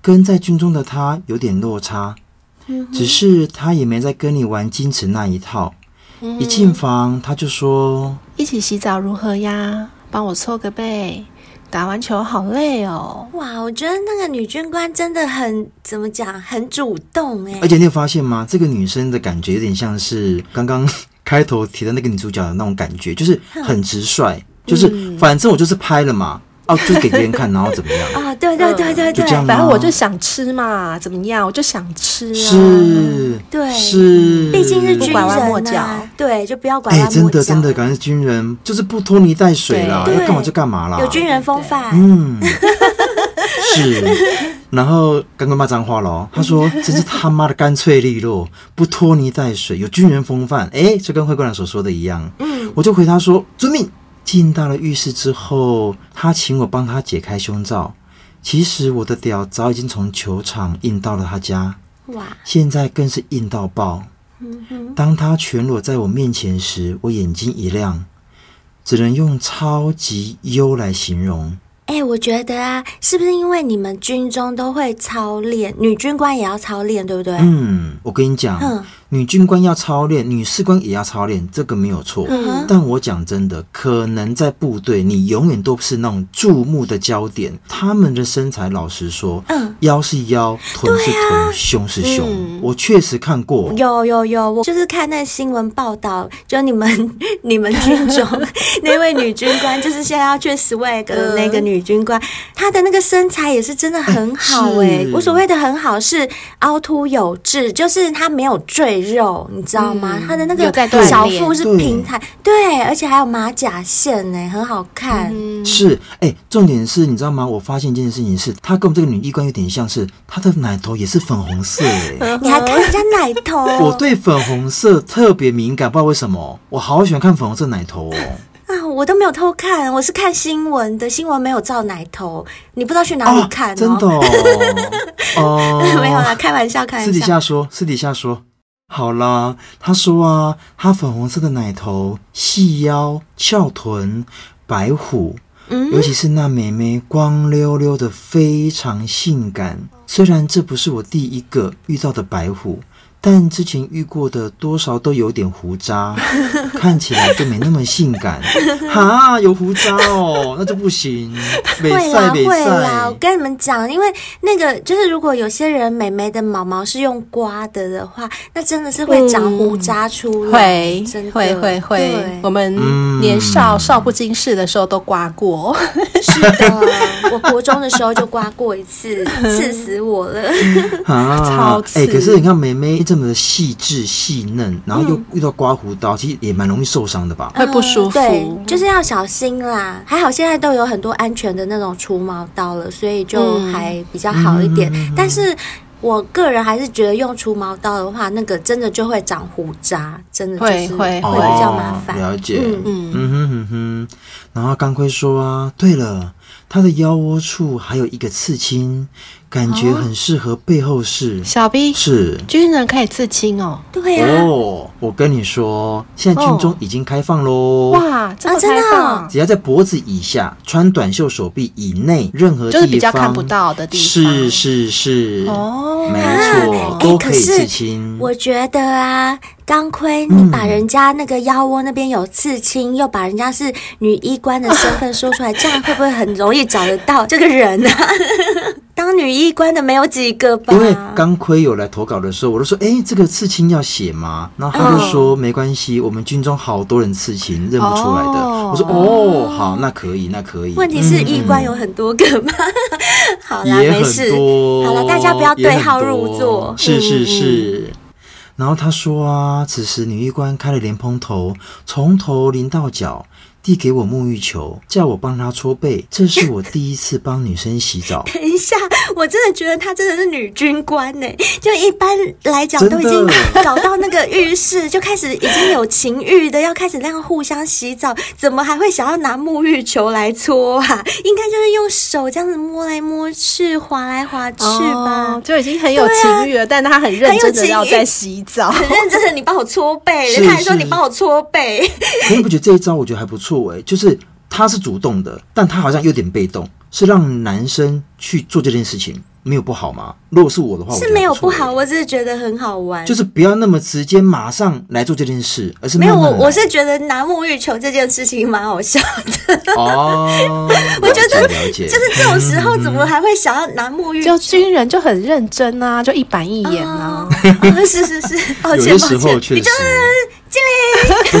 Speaker 3: 跟在军中的他有点落差。只是他也没在跟你玩矜持那一套。一进房，他就说
Speaker 4: 一起洗澡如何呀？帮我搓个背，打完球好累哦。
Speaker 2: 哇，我觉得那个女军官真的很怎么讲，很主动哎、
Speaker 3: 而且你有发现吗？这个女生的感觉有点像是刚刚 开头提的那个女主角的那种感觉，就是很直率，
Speaker 2: 嗯
Speaker 3: 就是反正我就是拍了嘛，哦、就给别人 看，然后怎么样？
Speaker 2: 啊、对对对对
Speaker 3: 嗯就
Speaker 2: 对
Speaker 3: 这，样吗
Speaker 4: 反正我就想吃嘛，怎么样？我就想吃啊。
Speaker 3: 是，
Speaker 2: 对
Speaker 3: 是，
Speaker 2: 毕竟是
Speaker 4: 不
Speaker 2: 军
Speaker 4: 拐弯抹
Speaker 2: 人
Speaker 4: 角
Speaker 2: 呐、对，就不要拐
Speaker 3: 哎、
Speaker 2: 弯抹角。
Speaker 3: 真的真的，感觉军人就是不拖泥带水啦，
Speaker 4: 对
Speaker 3: 要干嘛就干嘛啦。
Speaker 2: 有军人风范。
Speaker 3: 嗯，是。然后刚刚骂脏话喽，他说真是他妈的干脆利落，不拖泥带水，有军人风范。哎，这跟灰姑娘所说的一样。嗯，我就回他说遵命。进到了浴室之后，他请我帮他解开胸罩。其实我的屌早已经从球场硬到了他家，
Speaker 2: 哇，
Speaker 3: 现在更是硬到爆。当他全裸在我面前时，我眼睛一亮，只能用超级优来形容。
Speaker 2: 哎、我觉得啊，是不是因为你们军中都会操练，女军官也要操练，对不对？
Speaker 3: 嗯，我跟你讲，
Speaker 2: 嗯
Speaker 3: 女军官要操练，女士官也要操练，这个没有错。
Speaker 2: 嗯
Speaker 3: 但我讲真的，可能在部队，你永远都是那种注目的焦点。他们的身材，老实说，
Speaker 2: 嗯啊
Speaker 3: 腰是腰，臀是臀，胸是胸。
Speaker 4: 嗯
Speaker 3: 我确实看过，
Speaker 2: 有有有，我就是看那新闻报道，就你们 你们军中 那位女军官，就是现在要去 swag 的那个女军官，她的那个身材也是真的很好
Speaker 3: 是
Speaker 2: 哎、我所谓的很好是凹凸有致，就是她没有赘肉，你知道吗？
Speaker 4: 嗯
Speaker 2: 她的那
Speaker 4: 有
Speaker 2: 个
Speaker 4: 在锻炼
Speaker 2: 小腹是
Speaker 3: 对
Speaker 2: 平坦，对，而且还有马甲线呢、很好看。
Speaker 4: 嗯，
Speaker 3: 是，哎、重点是，你知道吗？我发现一件事情是，她跟我们这个女医官有点像是，她的奶头也是粉红色、哎，
Speaker 2: 你还看人家奶头？
Speaker 3: 我对粉红色特别敏感，不知道为什么，我好喜欢看粉红色奶头哦。
Speaker 2: 啊，我都没有偷看，我是看新闻的，新闻没有照奶头，你不知道去哪里
Speaker 3: 啊，
Speaker 2: 看哦。，
Speaker 3: 真的哦，哦
Speaker 2: 没有啦，开玩笑，开
Speaker 3: 私
Speaker 2: 玩
Speaker 3: 底
Speaker 2: 笑。
Speaker 3: 下说，私底下说，好啦，他说啊，他粉红色的奶头、细腰、翘臀、白虎，
Speaker 2: 嗯
Speaker 3: 尤其是那妹妹光溜溜的，非常性感。虽然这不是我第一个遇到的白虎。但之前遇过的多少都有点胡 渣，看起来就没那么性感。哈，有胡渣哦，那就不 行。美
Speaker 2: 会
Speaker 3: 赛
Speaker 2: 啦
Speaker 3: 美
Speaker 2: 会啊啦，
Speaker 3: 赛
Speaker 2: 我，跟你们讲，因为那个就是，如果有些人美眉的毛毛是用刮的的话，那真的是会长胡渣出来，
Speaker 4: 会
Speaker 2: 真的
Speaker 4: 会会会
Speaker 2: 对，
Speaker 4: 我们
Speaker 3: 嗯
Speaker 4: 年少少不经事的时候都刮过，
Speaker 2: 嗯是的，我国中的时候就刮过一次，刺死我了。
Speaker 3: 啊
Speaker 4: 超，
Speaker 3: 哎、
Speaker 4: 刺
Speaker 3: 可是你看梅梅这么的细致细嫩，然后又
Speaker 2: 嗯
Speaker 3: 遇到刮胡刀，其实也蛮容易受伤的吧？
Speaker 4: 会不舒服。
Speaker 2: 对，就是要小心啦。还好现在都有很多安全的那种除毛刀了，所以就
Speaker 4: 嗯
Speaker 2: 还比较好一点。但是我个人还是觉得用除毛刀的话，那个真的就会长胡渣，真的就是
Speaker 4: 会会
Speaker 2: 嗯会比较麻烦。
Speaker 3: 哦了解，
Speaker 2: 嗯
Speaker 4: 嗯，
Speaker 3: 嗯哼哼哼。然后钢盔说啊，对了，他的腰窝处还有一个刺青，感觉很适合背后式。
Speaker 2: 哦
Speaker 4: 小 B，
Speaker 3: 是
Speaker 4: 军人可以刺青哦。
Speaker 2: 对啊，
Speaker 3: 哦，我跟你说，现在军
Speaker 2: 哦
Speaker 3: 中已经开放喽。
Speaker 4: 哇，这么
Speaker 2: 啊真的
Speaker 4: 开
Speaker 2: 哦
Speaker 4: 放，
Speaker 3: 只要在脖子以下穿短袖手臂以内，任何地方
Speaker 4: 就是比较看不到的地方
Speaker 3: 是是是，
Speaker 4: 哦
Speaker 3: 没
Speaker 2: 啊
Speaker 3: 错，
Speaker 2: 哎
Speaker 3: 都
Speaker 2: 可
Speaker 3: 以
Speaker 2: 是
Speaker 3: 刺青。
Speaker 2: 我觉得啊，钢盔你把人家那个腰窝那边有刺青，又把人家是女医官的身份说出来，这样会不会很容易找得到这个人呢、啊？ 当女医官的没有几个吧？
Speaker 3: 因为钢盔有来投稿的时候，我就说：“哎、这个刺青要写吗？”然后他
Speaker 4: 嗯
Speaker 3: 就说：“没关系，我们军中好多人刺青，认不出来的。
Speaker 4: 哦
Speaker 3: 我说：“哦，好，那可以，那可以。”嗯
Speaker 2: 问题是医官有很多个吗？ 好啦，
Speaker 3: 也
Speaker 2: 没
Speaker 3: 很
Speaker 2: 事
Speaker 3: 多。。
Speaker 2: 好了，大家不要对号入座。。
Speaker 3: 也很多是是是。然后他说啊，此时女医官开了莲蓬头，从头淋到脚，递给我沐浴球，叫我帮她搓背。这是我第一次帮女生洗澡
Speaker 2: 等一下，我真的觉得她真的是女军官呢、就一般来讲
Speaker 3: 真
Speaker 2: 都
Speaker 3: 的
Speaker 2: 已经搞到那个浴室，就开始已经有情欲的，要开始那样互相洗澡，怎么还会想要拿沐浴球来搓啊？应该就是用手这样子摸来摸去，滑来滑去吧。啊
Speaker 4: 哦就已经很有情欲了，但他很认真的要在洗澡。
Speaker 2: 很 认真的，你帮我搓背，
Speaker 3: 是
Speaker 2: 他还说
Speaker 3: 是
Speaker 2: 你帮我搓背，
Speaker 3: 哎可你不觉得这一招我觉得还不错诶、就是他是主动的，但他好像有点被动，是让男生去做这件事情。没有不好吗？如果是我的话，我觉
Speaker 2: 是没
Speaker 3: 得
Speaker 2: 有
Speaker 3: 不
Speaker 2: 不
Speaker 3: 错哎
Speaker 2: 好，我只是觉得很好玩。
Speaker 3: 就是不要那么直接马上来做这件事，而是
Speaker 2: 没有我
Speaker 3: 慢慢，来
Speaker 2: 我是觉得拿沐浴球这件事情蛮好笑 的，
Speaker 3: 哦，
Speaker 2: 我觉得
Speaker 3: 了解了解，嗯
Speaker 2: 就是这种时候怎么还会想要拿沐浴球？
Speaker 4: 就军人就很认真啊，就一板一眼啊。
Speaker 2: 哦是是 是，抱
Speaker 3: 有
Speaker 2: 歉
Speaker 3: 些
Speaker 2: 抱歉
Speaker 3: 时候，确实，
Speaker 2: 经
Speaker 3: 有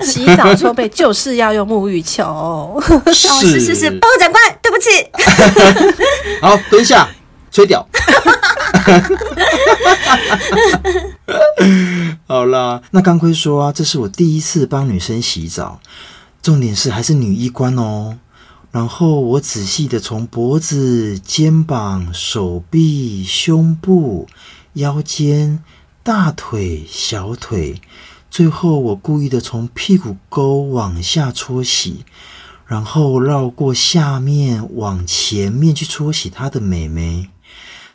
Speaker 4: 洗澡的时候被就是要用沐浴球，
Speaker 2: 哦是是是，报告长官，对不 起，
Speaker 3: 好，蹲下，吹屌。好啦，那钢盔说啊，这是我第一次帮女生洗澡，重点是还是女医官哦。然后我仔细的从脖子、肩膀、手臂、胸部、腰间、大腿、小腿，最后我故意的从屁股沟往下搓洗，然后绕过下面往前面去搓洗她的美眉，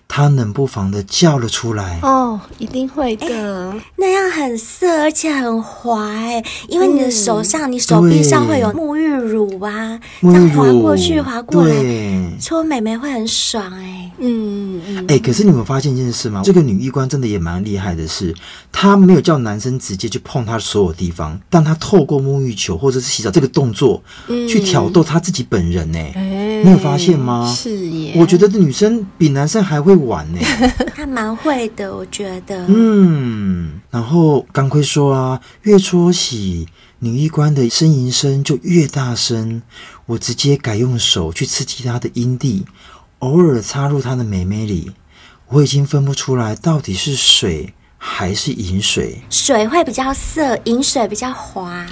Speaker 3: 她冷不防的叫了出来。
Speaker 4: 哦，一定会的。
Speaker 2: 那样很涩，而且很滑、欸，因为你的手上、你手
Speaker 3: 对
Speaker 2: 臂上会有沐浴乳啊，这
Speaker 3: 沐
Speaker 2: 样
Speaker 3: 浴
Speaker 2: 滑
Speaker 3: 乳
Speaker 2: 过去、滑过来，
Speaker 3: 对，
Speaker 2: 搓美眉会很爽哎、
Speaker 4: 嗯嗯，
Speaker 3: 哎、可是你们发现一件事吗？这个女医官真的也蛮厉害的是，她没有叫男生直接去碰她所有地方，但她透过沐浴球或者是洗澡这个动作，
Speaker 2: 嗯
Speaker 3: 去挑逗她自己本人呢、
Speaker 4: 哎
Speaker 3: 你有发现吗
Speaker 4: 是耶，
Speaker 3: 我觉得女生比男生还会哎玩呢、
Speaker 2: 她蛮会的，我觉得。
Speaker 3: 嗯，然后钢盔说啊，越搓洗女医官的呻吟声就越大声，我直接改用手去刺激她的阴蒂，偶尔插入她的美眉里，我已经分不出来到底是水还是饮水
Speaker 2: 水会比较涩，饮水比较滑。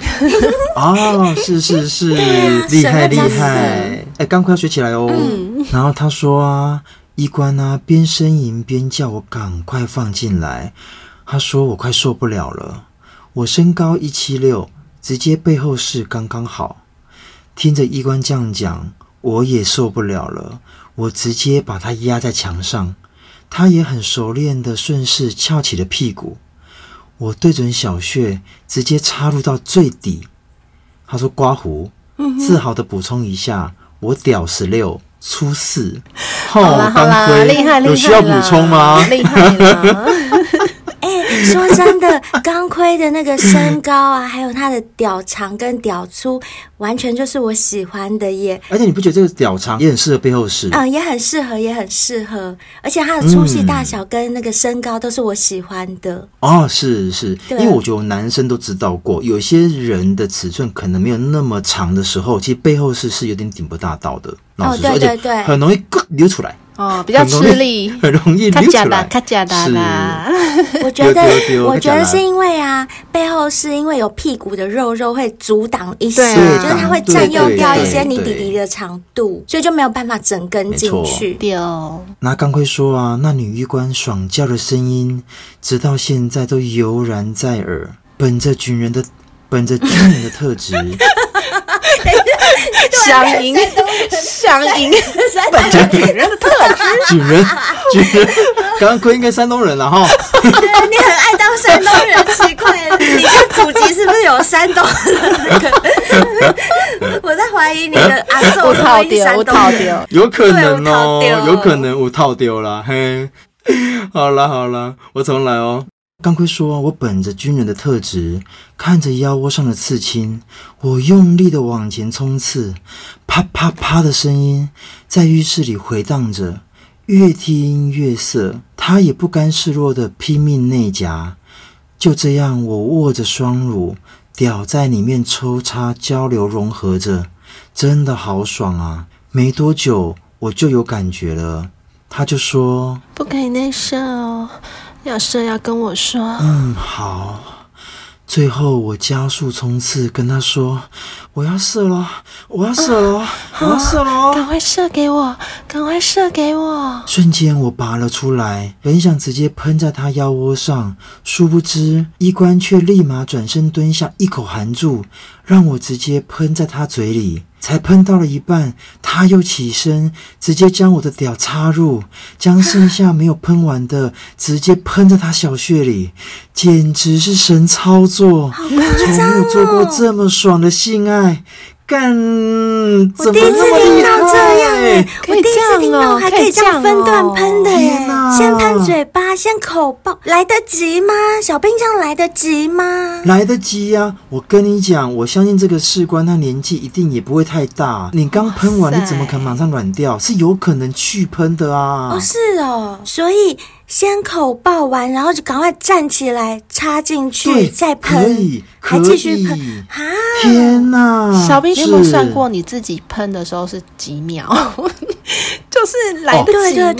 Speaker 3: 啊！是是是
Speaker 2: 啊，
Speaker 3: 厉害
Speaker 2: 水会
Speaker 3: 厉
Speaker 2: 加
Speaker 3: 害！哎，钢盔要学起来哦。然后他说啊，医官啊，边呻吟边叫我赶快放进来，他说我快受不了了。我身高一七六，直接背后是刚刚好。听着医官这样讲，我也受不了了，我直接把他压在墙上。他也很熟练的顺势翘起了屁股，我对准小穴，直接插入到最底。他说：“刮胡，
Speaker 4: 嗯
Speaker 3: 自豪的补充一下，我屌十六，初四。”好
Speaker 4: 好啦好啦，厉害厉害啦，
Speaker 3: 有需要补充吗？
Speaker 4: 厉害啦！
Speaker 2: 哎、说真的，钢盔的那个身高啊，还有它的屌长跟屌粗，完全就是我喜欢的耶。
Speaker 3: 而且你不觉得这个屌长也很适合背后式？
Speaker 4: 啊
Speaker 2: 嗯，也很适合，也很适合，而且它的粗细大小跟那个身高都是我喜欢的。
Speaker 3: 哦，是是，因
Speaker 2: 对
Speaker 3: 为我觉得我男生都知道过，有些人的尺寸可能没有那么长的时候，其实背后是是有点顶不大到的。老实说，
Speaker 2: 对对
Speaker 3: 而且
Speaker 2: 对
Speaker 3: 很容易咕流出来，
Speaker 4: 哦，比较
Speaker 3: 很容
Speaker 4: 吃
Speaker 3: 易，
Speaker 4: 力
Speaker 3: 很容易
Speaker 4: 咔
Speaker 3: 流
Speaker 4: 假
Speaker 3: 出
Speaker 4: 的
Speaker 3: 来。
Speaker 4: 咔假的
Speaker 3: 是
Speaker 4: 啦。
Speaker 2: 我觉得
Speaker 3: 对对对，我
Speaker 2: 我觉得
Speaker 3: 讲
Speaker 2: 是
Speaker 3: 了
Speaker 2: 因为啊，背后是因为有屁股的肉肉会阻挡一些，
Speaker 4: 对啊
Speaker 2: 就是它会
Speaker 3: 对
Speaker 2: 占用
Speaker 4: 对
Speaker 2: 掉一
Speaker 4: 对
Speaker 2: 些你
Speaker 3: 对
Speaker 2: 底底的长度，所以就没有办法整根
Speaker 3: 没
Speaker 2: 进
Speaker 3: 错
Speaker 2: 去。
Speaker 4: 丢，
Speaker 3: 拿钢盔说啊，那女医官爽叫的声音，直到现在都悠然在耳。本着军人的，本着军人的特 质，
Speaker 2: 啊
Speaker 4: 想赢，想赢，本着女人的特质，
Speaker 3: 军人，军人，钢盔应该山东人了哈。
Speaker 2: 对哎你很爱当山东人，奇怪了，你这祖籍是不是有山东的那个？我在怀疑你的阿寿口
Speaker 4: 我套
Speaker 2: 音
Speaker 4: 丢，
Speaker 2: 山
Speaker 4: 我
Speaker 2: 东
Speaker 4: 套
Speaker 2: 人。
Speaker 4: 丢。
Speaker 3: 有可能
Speaker 2: 对我套
Speaker 3: 哦
Speaker 2: 丢，
Speaker 3: 有可能我套丢了。嘿， 好啦好啦，我重来哦。钢盔说：“我本着军人的特质，看着腰窝上的刺青，我用力的往前冲刺，啪啪啪的声音在浴室里回荡着，越听越涩。他也不甘示弱的拼命内夹，就这样，我握着双乳，屌在里面抽插交流融合着，真的好爽啊！没多久我就有感觉了，他就说
Speaker 4: 不可以内射哦，要射要跟我说：“。
Speaker 3: 嗯，好。”最后我加速冲刺，跟他说：“我要射了，我要射了，我要射了。”
Speaker 4: 赶快射给我，赶快射给我！
Speaker 3: 瞬间我拔了出来，本想直接喷在他腰窝上，殊不知医官却立马转身蹲下，一口含住，让我直接喷在他嘴里。才喷到了一半，他又起身，直接将我的屌插入，将剩下没有喷完的直接喷在他小穴里，
Speaker 2: 哦
Speaker 3: 简直是神操作！从没有做过这么爽的性爱，干，
Speaker 2: 我
Speaker 3: 怎么
Speaker 2: 第一次
Speaker 3: 那么
Speaker 2: 听
Speaker 3: 厉
Speaker 2: 到这样哎、
Speaker 3: 害？
Speaker 4: 可
Speaker 2: 我
Speaker 4: 以
Speaker 2: 第一
Speaker 4: 这
Speaker 2: 次
Speaker 4: 样
Speaker 2: 听到
Speaker 4: 哦
Speaker 2: 还
Speaker 4: 可
Speaker 2: 可
Speaker 4: 以
Speaker 2: 以
Speaker 4: 这
Speaker 2: 这
Speaker 4: 样
Speaker 2: 样分段
Speaker 4: 哦
Speaker 2: 喷的耶、
Speaker 3: 天哪
Speaker 2: 先喷嘴巴，先口爆，来得及吗？小冰箱来得及吗？
Speaker 3: 来得及呀、我跟你讲，我相信这个士官他年纪一定也不会太大。你刚喷完，
Speaker 4: 哇塞
Speaker 3: 你怎么可能马上软掉？是有可能去喷的啊
Speaker 2: 哦，！是哦，所以先口爆完，然后就赶快站起来插进
Speaker 3: 对，
Speaker 2: 去，再
Speaker 3: 可
Speaker 2: 喷，
Speaker 3: 以，
Speaker 2: 还
Speaker 3: 可
Speaker 2: 继续
Speaker 3: 以
Speaker 2: 喷啊！
Speaker 3: 天哪、
Speaker 4: 小兵，你有没有
Speaker 3: 嗯是
Speaker 4: 算过你自己喷的时候是几秒？ 就是来
Speaker 3: 哦
Speaker 4: 得
Speaker 2: 对
Speaker 4: 及
Speaker 2: 对
Speaker 4: 吗？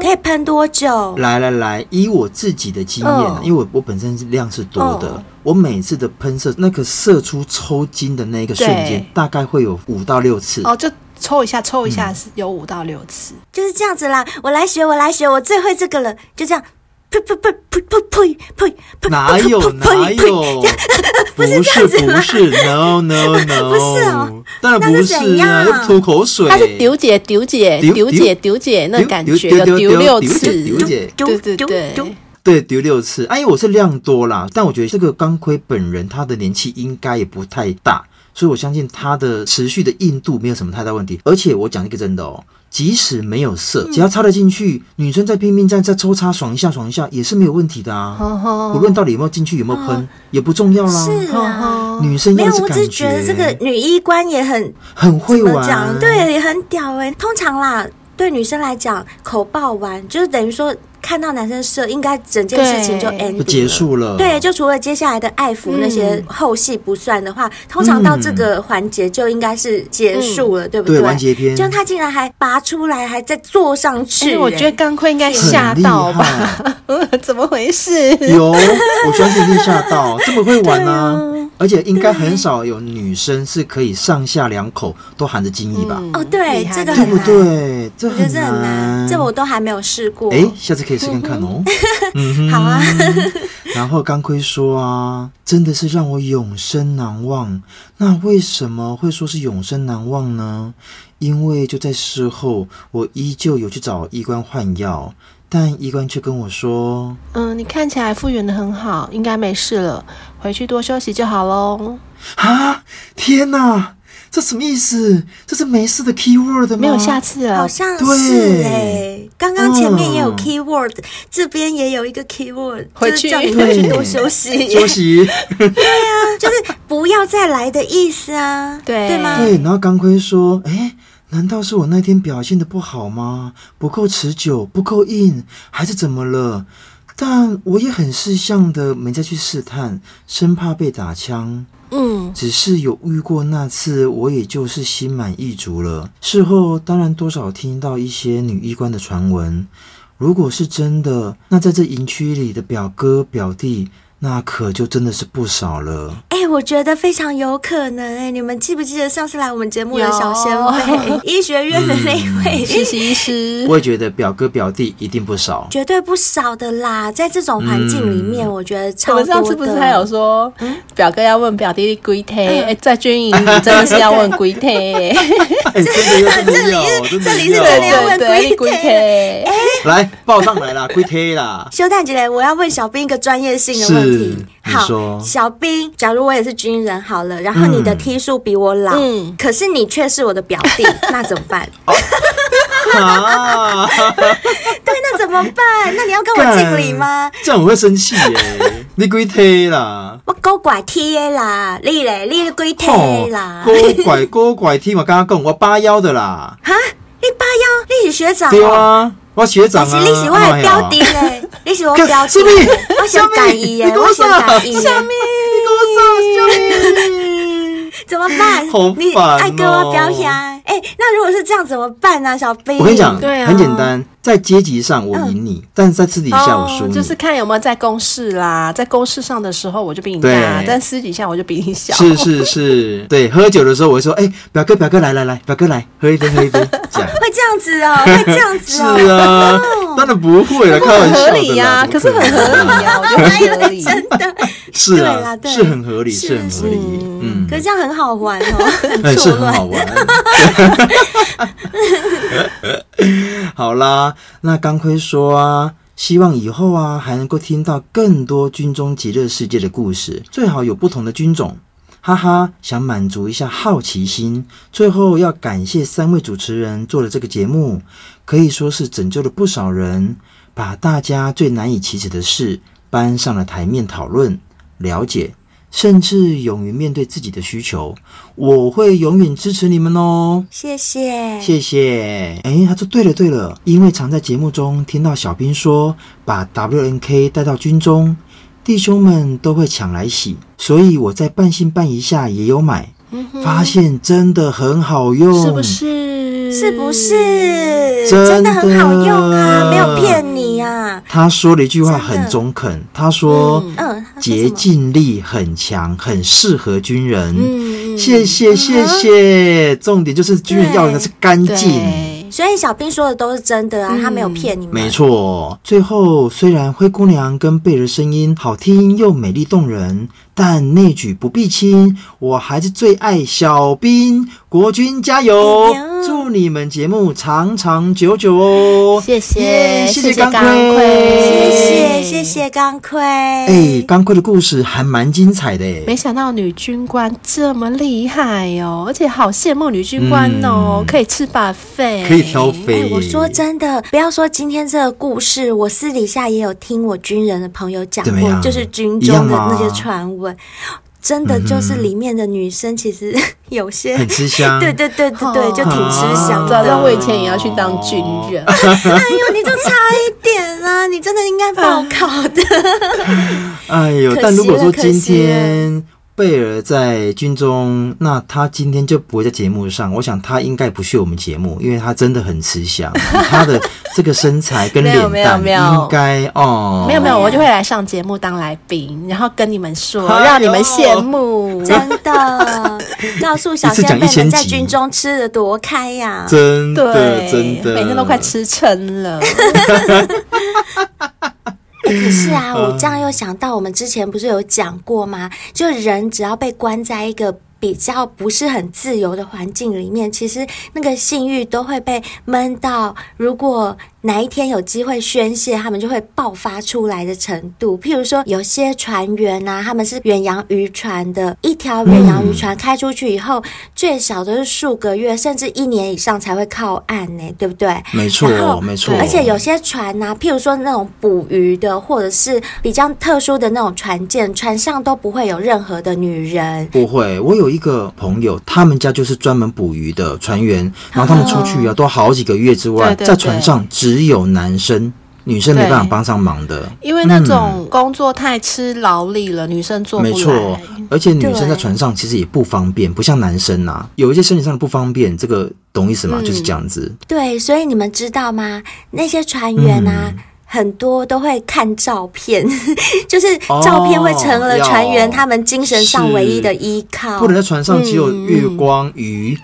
Speaker 2: 对，可以喷多久？
Speaker 3: 来来来，以我自己的经验啊，
Speaker 4: 嗯
Speaker 3: 因为我我本身量是多的，
Speaker 4: 嗯
Speaker 3: 我每次的喷射那个射出抽筋的那个瞬间
Speaker 4: 对，
Speaker 3: 大概会有五到六次。
Speaker 4: 哦，就抽一下，抽一下
Speaker 3: 嗯
Speaker 4: 是有五到六次。
Speaker 2: 就是这样子啦，我来学，我来学，我最会这个了，就这样。噗噗噗噗噗噗噗噗！
Speaker 3: 哪有
Speaker 2: 噗噗噗
Speaker 3: 哪
Speaker 2: 噗
Speaker 3: 有？不是不是，no no no，
Speaker 2: 不是哦，
Speaker 3: 当然不
Speaker 2: 那是
Speaker 3: 是
Speaker 2: 怎
Speaker 3: 啊，
Speaker 2: 样
Speaker 3: 要吐口水，
Speaker 4: 它是丢姐丢姐
Speaker 3: 丢
Speaker 4: 丢姐丢姐那
Speaker 3: 丢
Speaker 4: 感
Speaker 3: 丢
Speaker 4: 觉
Speaker 3: 丢丢
Speaker 4: 有丢
Speaker 3: 丢
Speaker 4: 六
Speaker 3: 丢
Speaker 4: 次，
Speaker 3: 丢姐
Speaker 2: 丢
Speaker 4: 对对
Speaker 2: 丢
Speaker 4: 对
Speaker 2: 丢，
Speaker 3: 对，丢六次。哎、因为我是量多啦，但我觉得这个钢盔本人他的年纪应该也不太大，所以我相信他的持续的硬度没有什么太大问题。而且我讲一个真的哦，即使没有射，只要插得进去，女生在拼命在在抽插爽一下爽一下也是没有问题的啊。
Speaker 4: 呵呵
Speaker 3: 无论到底有没有进去，有没有喷，也不重要啦。
Speaker 2: 是
Speaker 4: 呵
Speaker 2: 啊。
Speaker 4: 呵
Speaker 3: 女生
Speaker 2: 没
Speaker 3: 要
Speaker 2: 有
Speaker 3: 的，是
Speaker 2: 我
Speaker 3: 感
Speaker 2: 只是觉得这个女医官也很
Speaker 3: 很会
Speaker 2: 怎么讲，
Speaker 3: 玩，
Speaker 2: 对，也很屌哎、通常啦，对女生来讲，口爆完就是等于说看到男生射，应该整件事情就
Speaker 4: 对
Speaker 2: end
Speaker 3: 就结。束了。
Speaker 2: 对，就除了接下来的爱抚
Speaker 4: 嗯
Speaker 2: 那些后戏不算的话，通常到这个环节就应该是结束
Speaker 4: 嗯
Speaker 2: 了，对不
Speaker 3: 嗯对，完
Speaker 2: 对？
Speaker 3: 结篇，
Speaker 2: 就他竟然还拔出来，还再坐上去、
Speaker 4: 哎、我觉得
Speaker 2: 哎
Speaker 4: 钢盔应该
Speaker 3: 很
Speaker 4: 吓
Speaker 3: 厉
Speaker 4: 到吧？
Speaker 3: 害
Speaker 4: 怎么回事？
Speaker 3: 有，我相信一定吓 到，这么会玩啊！而且应该很少有女生是可以上下两口都含着精液吧？
Speaker 2: 哦对
Speaker 4: 嗯厉害
Speaker 2: 这个
Speaker 3: 对
Speaker 2: 很
Speaker 3: 不
Speaker 2: 难
Speaker 3: 对？这
Speaker 2: 我觉得
Speaker 3: 很
Speaker 2: 这很难，这我都还没有试过。
Speaker 3: 哎，下次可以试看看 哦。嗯
Speaker 2: 好啊，
Speaker 3: 哼。 然后钢盔说啊，真的是让我永生难忘。那为什么会说是永生难忘呢？因为就在事后，我依旧有去找医官换药，但医官却跟我说，
Speaker 4: 嗯，你看起来复原的很好，应该没事了，回去多休息就好喽。
Speaker 3: 啊，天哪，这什么意思？这是没事的 keyword 吗？
Speaker 4: 没有下次啊了
Speaker 2: 好，像
Speaker 3: 对
Speaker 2: 是哎、刚刚前面也有
Speaker 3: 嗯
Speaker 2: keyword，、这边也有一个 keyword，
Speaker 4: 回
Speaker 2: 就是
Speaker 4: 去
Speaker 2: 叫你回去
Speaker 3: 对
Speaker 2: 多休息，
Speaker 3: 休息。
Speaker 2: 就是不要再来的意思啊，
Speaker 4: 对
Speaker 2: 对吗？
Speaker 3: 对，然后钢盔说：“哎，难道是我那天表现的不好吗？不够持久，不够硬，还是怎么了？”但我也很识相的没再去试探，生怕被打枪。
Speaker 4: 嗯，
Speaker 3: 只是有遇过那次，我也就是心满意足了。事后当然多少听到一些女医官的传闻，如果是真的，那在这营区里的表哥表弟，那可就真的是不少了。
Speaker 2: 哎、我觉得非常有可能哎、你们记不记得上次来我们节目的
Speaker 4: 有
Speaker 2: 小仙 妹，医学院的那一位？
Speaker 4: 实
Speaker 3: 嗯
Speaker 4: 习医师
Speaker 3: 我也觉得表哥表弟一定不少。
Speaker 2: 绝对不少的啦，在这种环境里
Speaker 3: 嗯
Speaker 2: 面，我觉得
Speaker 4: 我
Speaker 2: 超多
Speaker 4: 们
Speaker 2: 的。
Speaker 4: 上次不是还有说，表哥要问表弟龟腿、哎在军营里真的是要问 龟 腿、
Speaker 3: 哎，真的要，真的要，真的
Speaker 2: 这里是
Speaker 3: 要
Speaker 2: 真的要
Speaker 4: 对
Speaker 2: 问
Speaker 4: 对，
Speaker 2: 龟
Speaker 4: 龟哎
Speaker 2: 腿
Speaker 4: 腿，
Speaker 3: 来报上来啦，归贴啦。
Speaker 2: 休蛋姐嘞，我要问小兵一个专业性的问题。
Speaker 3: 是你
Speaker 2: 好，
Speaker 3: 说
Speaker 2: 小兵，假如我也是军人好了，然后你的
Speaker 3: 嗯
Speaker 2: 梯数比我老，
Speaker 4: 嗯
Speaker 2: 可是你却是我的表弟，那怎么办？
Speaker 3: 啊，
Speaker 2: 对，那怎么办？那你要跟 我敬礼吗？
Speaker 3: 干？这样我会生气耶！你归贴啦，
Speaker 2: 我勾拐梯的啦，你嘞，你龟梯
Speaker 3: 吼
Speaker 2: 的啦，
Speaker 3: 勾哦 拐勾拐踢嘛，刚刚讲我八幺的啦，
Speaker 2: 哈，你八幺，你是学长
Speaker 3: 对
Speaker 2: 哦。
Speaker 3: 啊，我学长
Speaker 2: 但是
Speaker 3: 啊，
Speaker 2: 你是我的标的嘞，你是我标的
Speaker 3: 什么，
Speaker 2: 我想感伊耶，
Speaker 3: 什么
Speaker 2: 我想啊感伊耶，
Speaker 3: 你
Speaker 2: 怎么办？
Speaker 3: 好
Speaker 2: 你
Speaker 3: 烦
Speaker 2: 爱跟我标
Speaker 3: 哦
Speaker 2: 呀？哎，那如果是这样怎么办呢、啊，小兵？
Speaker 3: 我跟你讲，
Speaker 4: 对啊
Speaker 3: 很简单，在阶级上我赢
Speaker 2: 嗯
Speaker 3: 你，但是在私底下我输
Speaker 4: 哦，
Speaker 3: 你
Speaker 4: 就。是看有没有在公事啦，在公事上的时候我就比你大，
Speaker 3: 对
Speaker 4: 但私底下我就比你小。
Speaker 3: 是是是，对，喝酒的时候我会说，哎、表哥表哥来来来，表哥来喝一杯喝一杯，这样。
Speaker 2: 会这样子 哦，会这样子
Speaker 3: 是
Speaker 2: 哦。
Speaker 3: 啊，当然不会了，开玩
Speaker 4: 很
Speaker 3: 笑
Speaker 4: 合
Speaker 3: 的啦
Speaker 4: 理呀、
Speaker 3: 怎么
Speaker 4: 可是很合理啊呀、我觉得 很合理。
Speaker 2: 哎真的，
Speaker 3: 啊是
Speaker 2: 对啦
Speaker 3: 啊，
Speaker 2: 对
Speaker 3: 是很合理，
Speaker 2: 是
Speaker 3: 是很合理，嗯
Speaker 2: 可，是这样很好玩哦，
Speaker 3: 很是
Speaker 2: 错
Speaker 3: 很
Speaker 2: 乱
Speaker 3: 好。玩。好啦，那钢盔说啊。希望以后啊，还能够听到更多军中极乐世界的故事，最好有不同的军种。哈哈，想满足一下好奇心。最后要感谢三位主持人做了这个节目，可以说是拯救了不少人，把大家最难以启齿的事搬上了台面讨论、了解，甚至勇于面对自己的需求。我会永远支持你们哦。
Speaker 2: 谢
Speaker 4: 哎
Speaker 2: 谢，
Speaker 3: 谢谢。哎，他说对了对了，因为常在节目中听到小兵说把 WNK 带到军中，弟兄们都会抢来洗，所以我在半信半疑下也有买，发现真的很好用，
Speaker 4: 嗯是不？是？
Speaker 2: 是不？是
Speaker 3: 真的
Speaker 2: 真的很好用啊？没有骗你啊。
Speaker 3: 他说了一句话
Speaker 2: 真的
Speaker 3: 很中肯，他说
Speaker 2: 嗯，他说什
Speaker 3: 竭
Speaker 2: 么
Speaker 3: 尽力很强，很适合军人。
Speaker 4: 嗯，
Speaker 3: 谢谢谢谢，重点就是军人要的是干净。
Speaker 4: 对，
Speaker 2: 所以小兵说的都是真的啊，
Speaker 4: 嗯
Speaker 2: 他没有骗你们。
Speaker 3: 没错，最后虽然灰姑娘跟贝儿声音好听又美丽动人，但内举不避亲，我还是最爱小兵。国军加油
Speaker 2: 哎呦！
Speaker 3: 祝你们节目长长久久哦！
Speaker 4: 谢谢
Speaker 3: 耶
Speaker 4: 谢
Speaker 3: 谢
Speaker 4: 谢
Speaker 3: 钢
Speaker 4: 钢盔
Speaker 2: 谢
Speaker 3: 盔，
Speaker 2: 谢谢谢钢盔。
Speaker 3: 哎，钢盔的故事还蛮精彩的
Speaker 4: 没
Speaker 3: 哎。
Speaker 4: 想到女军官这么厉害哦，而且好羡慕女军官哦，
Speaker 3: 嗯
Speaker 4: 可以吃把费，
Speaker 3: 可以挑肥、
Speaker 2: 哎我说真的，不要说今天这个故事，我私底下也有听我军人的朋友讲
Speaker 3: 怎么
Speaker 2: 过，
Speaker 3: 样
Speaker 2: 就是军
Speaker 3: 一样
Speaker 2: 中的
Speaker 3: 吗嗯
Speaker 2: 那些传闻，真的就是里面的女生其实 有些，
Speaker 3: 很哦吃 香，
Speaker 2: 对对对对对，就挺
Speaker 4: 啊
Speaker 2: 吃香
Speaker 4: 早知道
Speaker 2: 的。
Speaker 4: 我以前也要去当军人，
Speaker 3: 哦
Speaker 2: 哎呦，你就差一点啊，你真的应该报考 的。
Speaker 3: 哎呦，
Speaker 2: 可
Speaker 3: 但如
Speaker 2: 惜
Speaker 3: 果
Speaker 2: 了
Speaker 3: 说
Speaker 2: 可
Speaker 3: 今
Speaker 2: 惜
Speaker 3: 天贝尔在军中，那他今天就不会在节目上。我想他应该不屑我们节目，因为他真的很吃 香，以他的这个身材跟
Speaker 4: 没有
Speaker 3: 脸
Speaker 4: 没有
Speaker 3: 蛋
Speaker 4: 没有
Speaker 3: 应该哦，
Speaker 4: 没有没有，我就会来上节目当来宾，然后跟你们说，
Speaker 3: 哎呦
Speaker 4: 让你们羡慕。
Speaker 2: 真 的，告诉小
Speaker 3: 一次
Speaker 2: 先
Speaker 3: 讲
Speaker 2: 辈
Speaker 3: 一千
Speaker 2: 们在
Speaker 3: 集
Speaker 2: 军中吃的多开呀、
Speaker 3: 真的
Speaker 4: 对，
Speaker 3: 真的，
Speaker 4: 每天都快吃撑了。
Speaker 2: 可是啊，我这样又想到，我们之前不是有讲过吗？就人只要被关在一个比较不是很自由的环境里面，其实那个性欲都会被闷到。如果哪一天有机会宣泄，他们就会爆发出来的程度。譬如说，有些船员啊，他们是远洋渔船的，一条远洋渔船开出去以后，最少都是数个月，甚至一年以上才会靠岸呢、对不对？
Speaker 3: 没
Speaker 2: 然后
Speaker 3: 错没错，
Speaker 2: 而且有些船呐、譬如说那种捕鱼的，或者是比较特殊的那种船舰，船上都不会有任何的女人。
Speaker 3: 不会，我有一个朋友，他们家就是专门捕鱼的船员，然后他们出去啊，都好几个月之外，
Speaker 4: 对对
Speaker 3: 在船上只有男生，女生没办法
Speaker 4: 对
Speaker 3: 帮上忙的。
Speaker 4: 因为那种工作太吃劳力了，女生做
Speaker 3: 嗯
Speaker 4: 不
Speaker 3: 没错
Speaker 4: 来。，
Speaker 3: 而且女生在
Speaker 2: 对
Speaker 3: 船上其实也不方便，不像男生呐、啊有一些身体上的不方便，这个懂意思吗？
Speaker 4: 嗯
Speaker 3: 就是这样子。
Speaker 2: 对，所以你们知道吗？那些船员呐、
Speaker 3: 嗯
Speaker 2: 很多都会看照片， 就是照片会成了船员
Speaker 3: 哦
Speaker 2: 他们精神上唯一的依
Speaker 4: 嗯
Speaker 2: 靠
Speaker 3: 不。能在船上只有月光、鱼、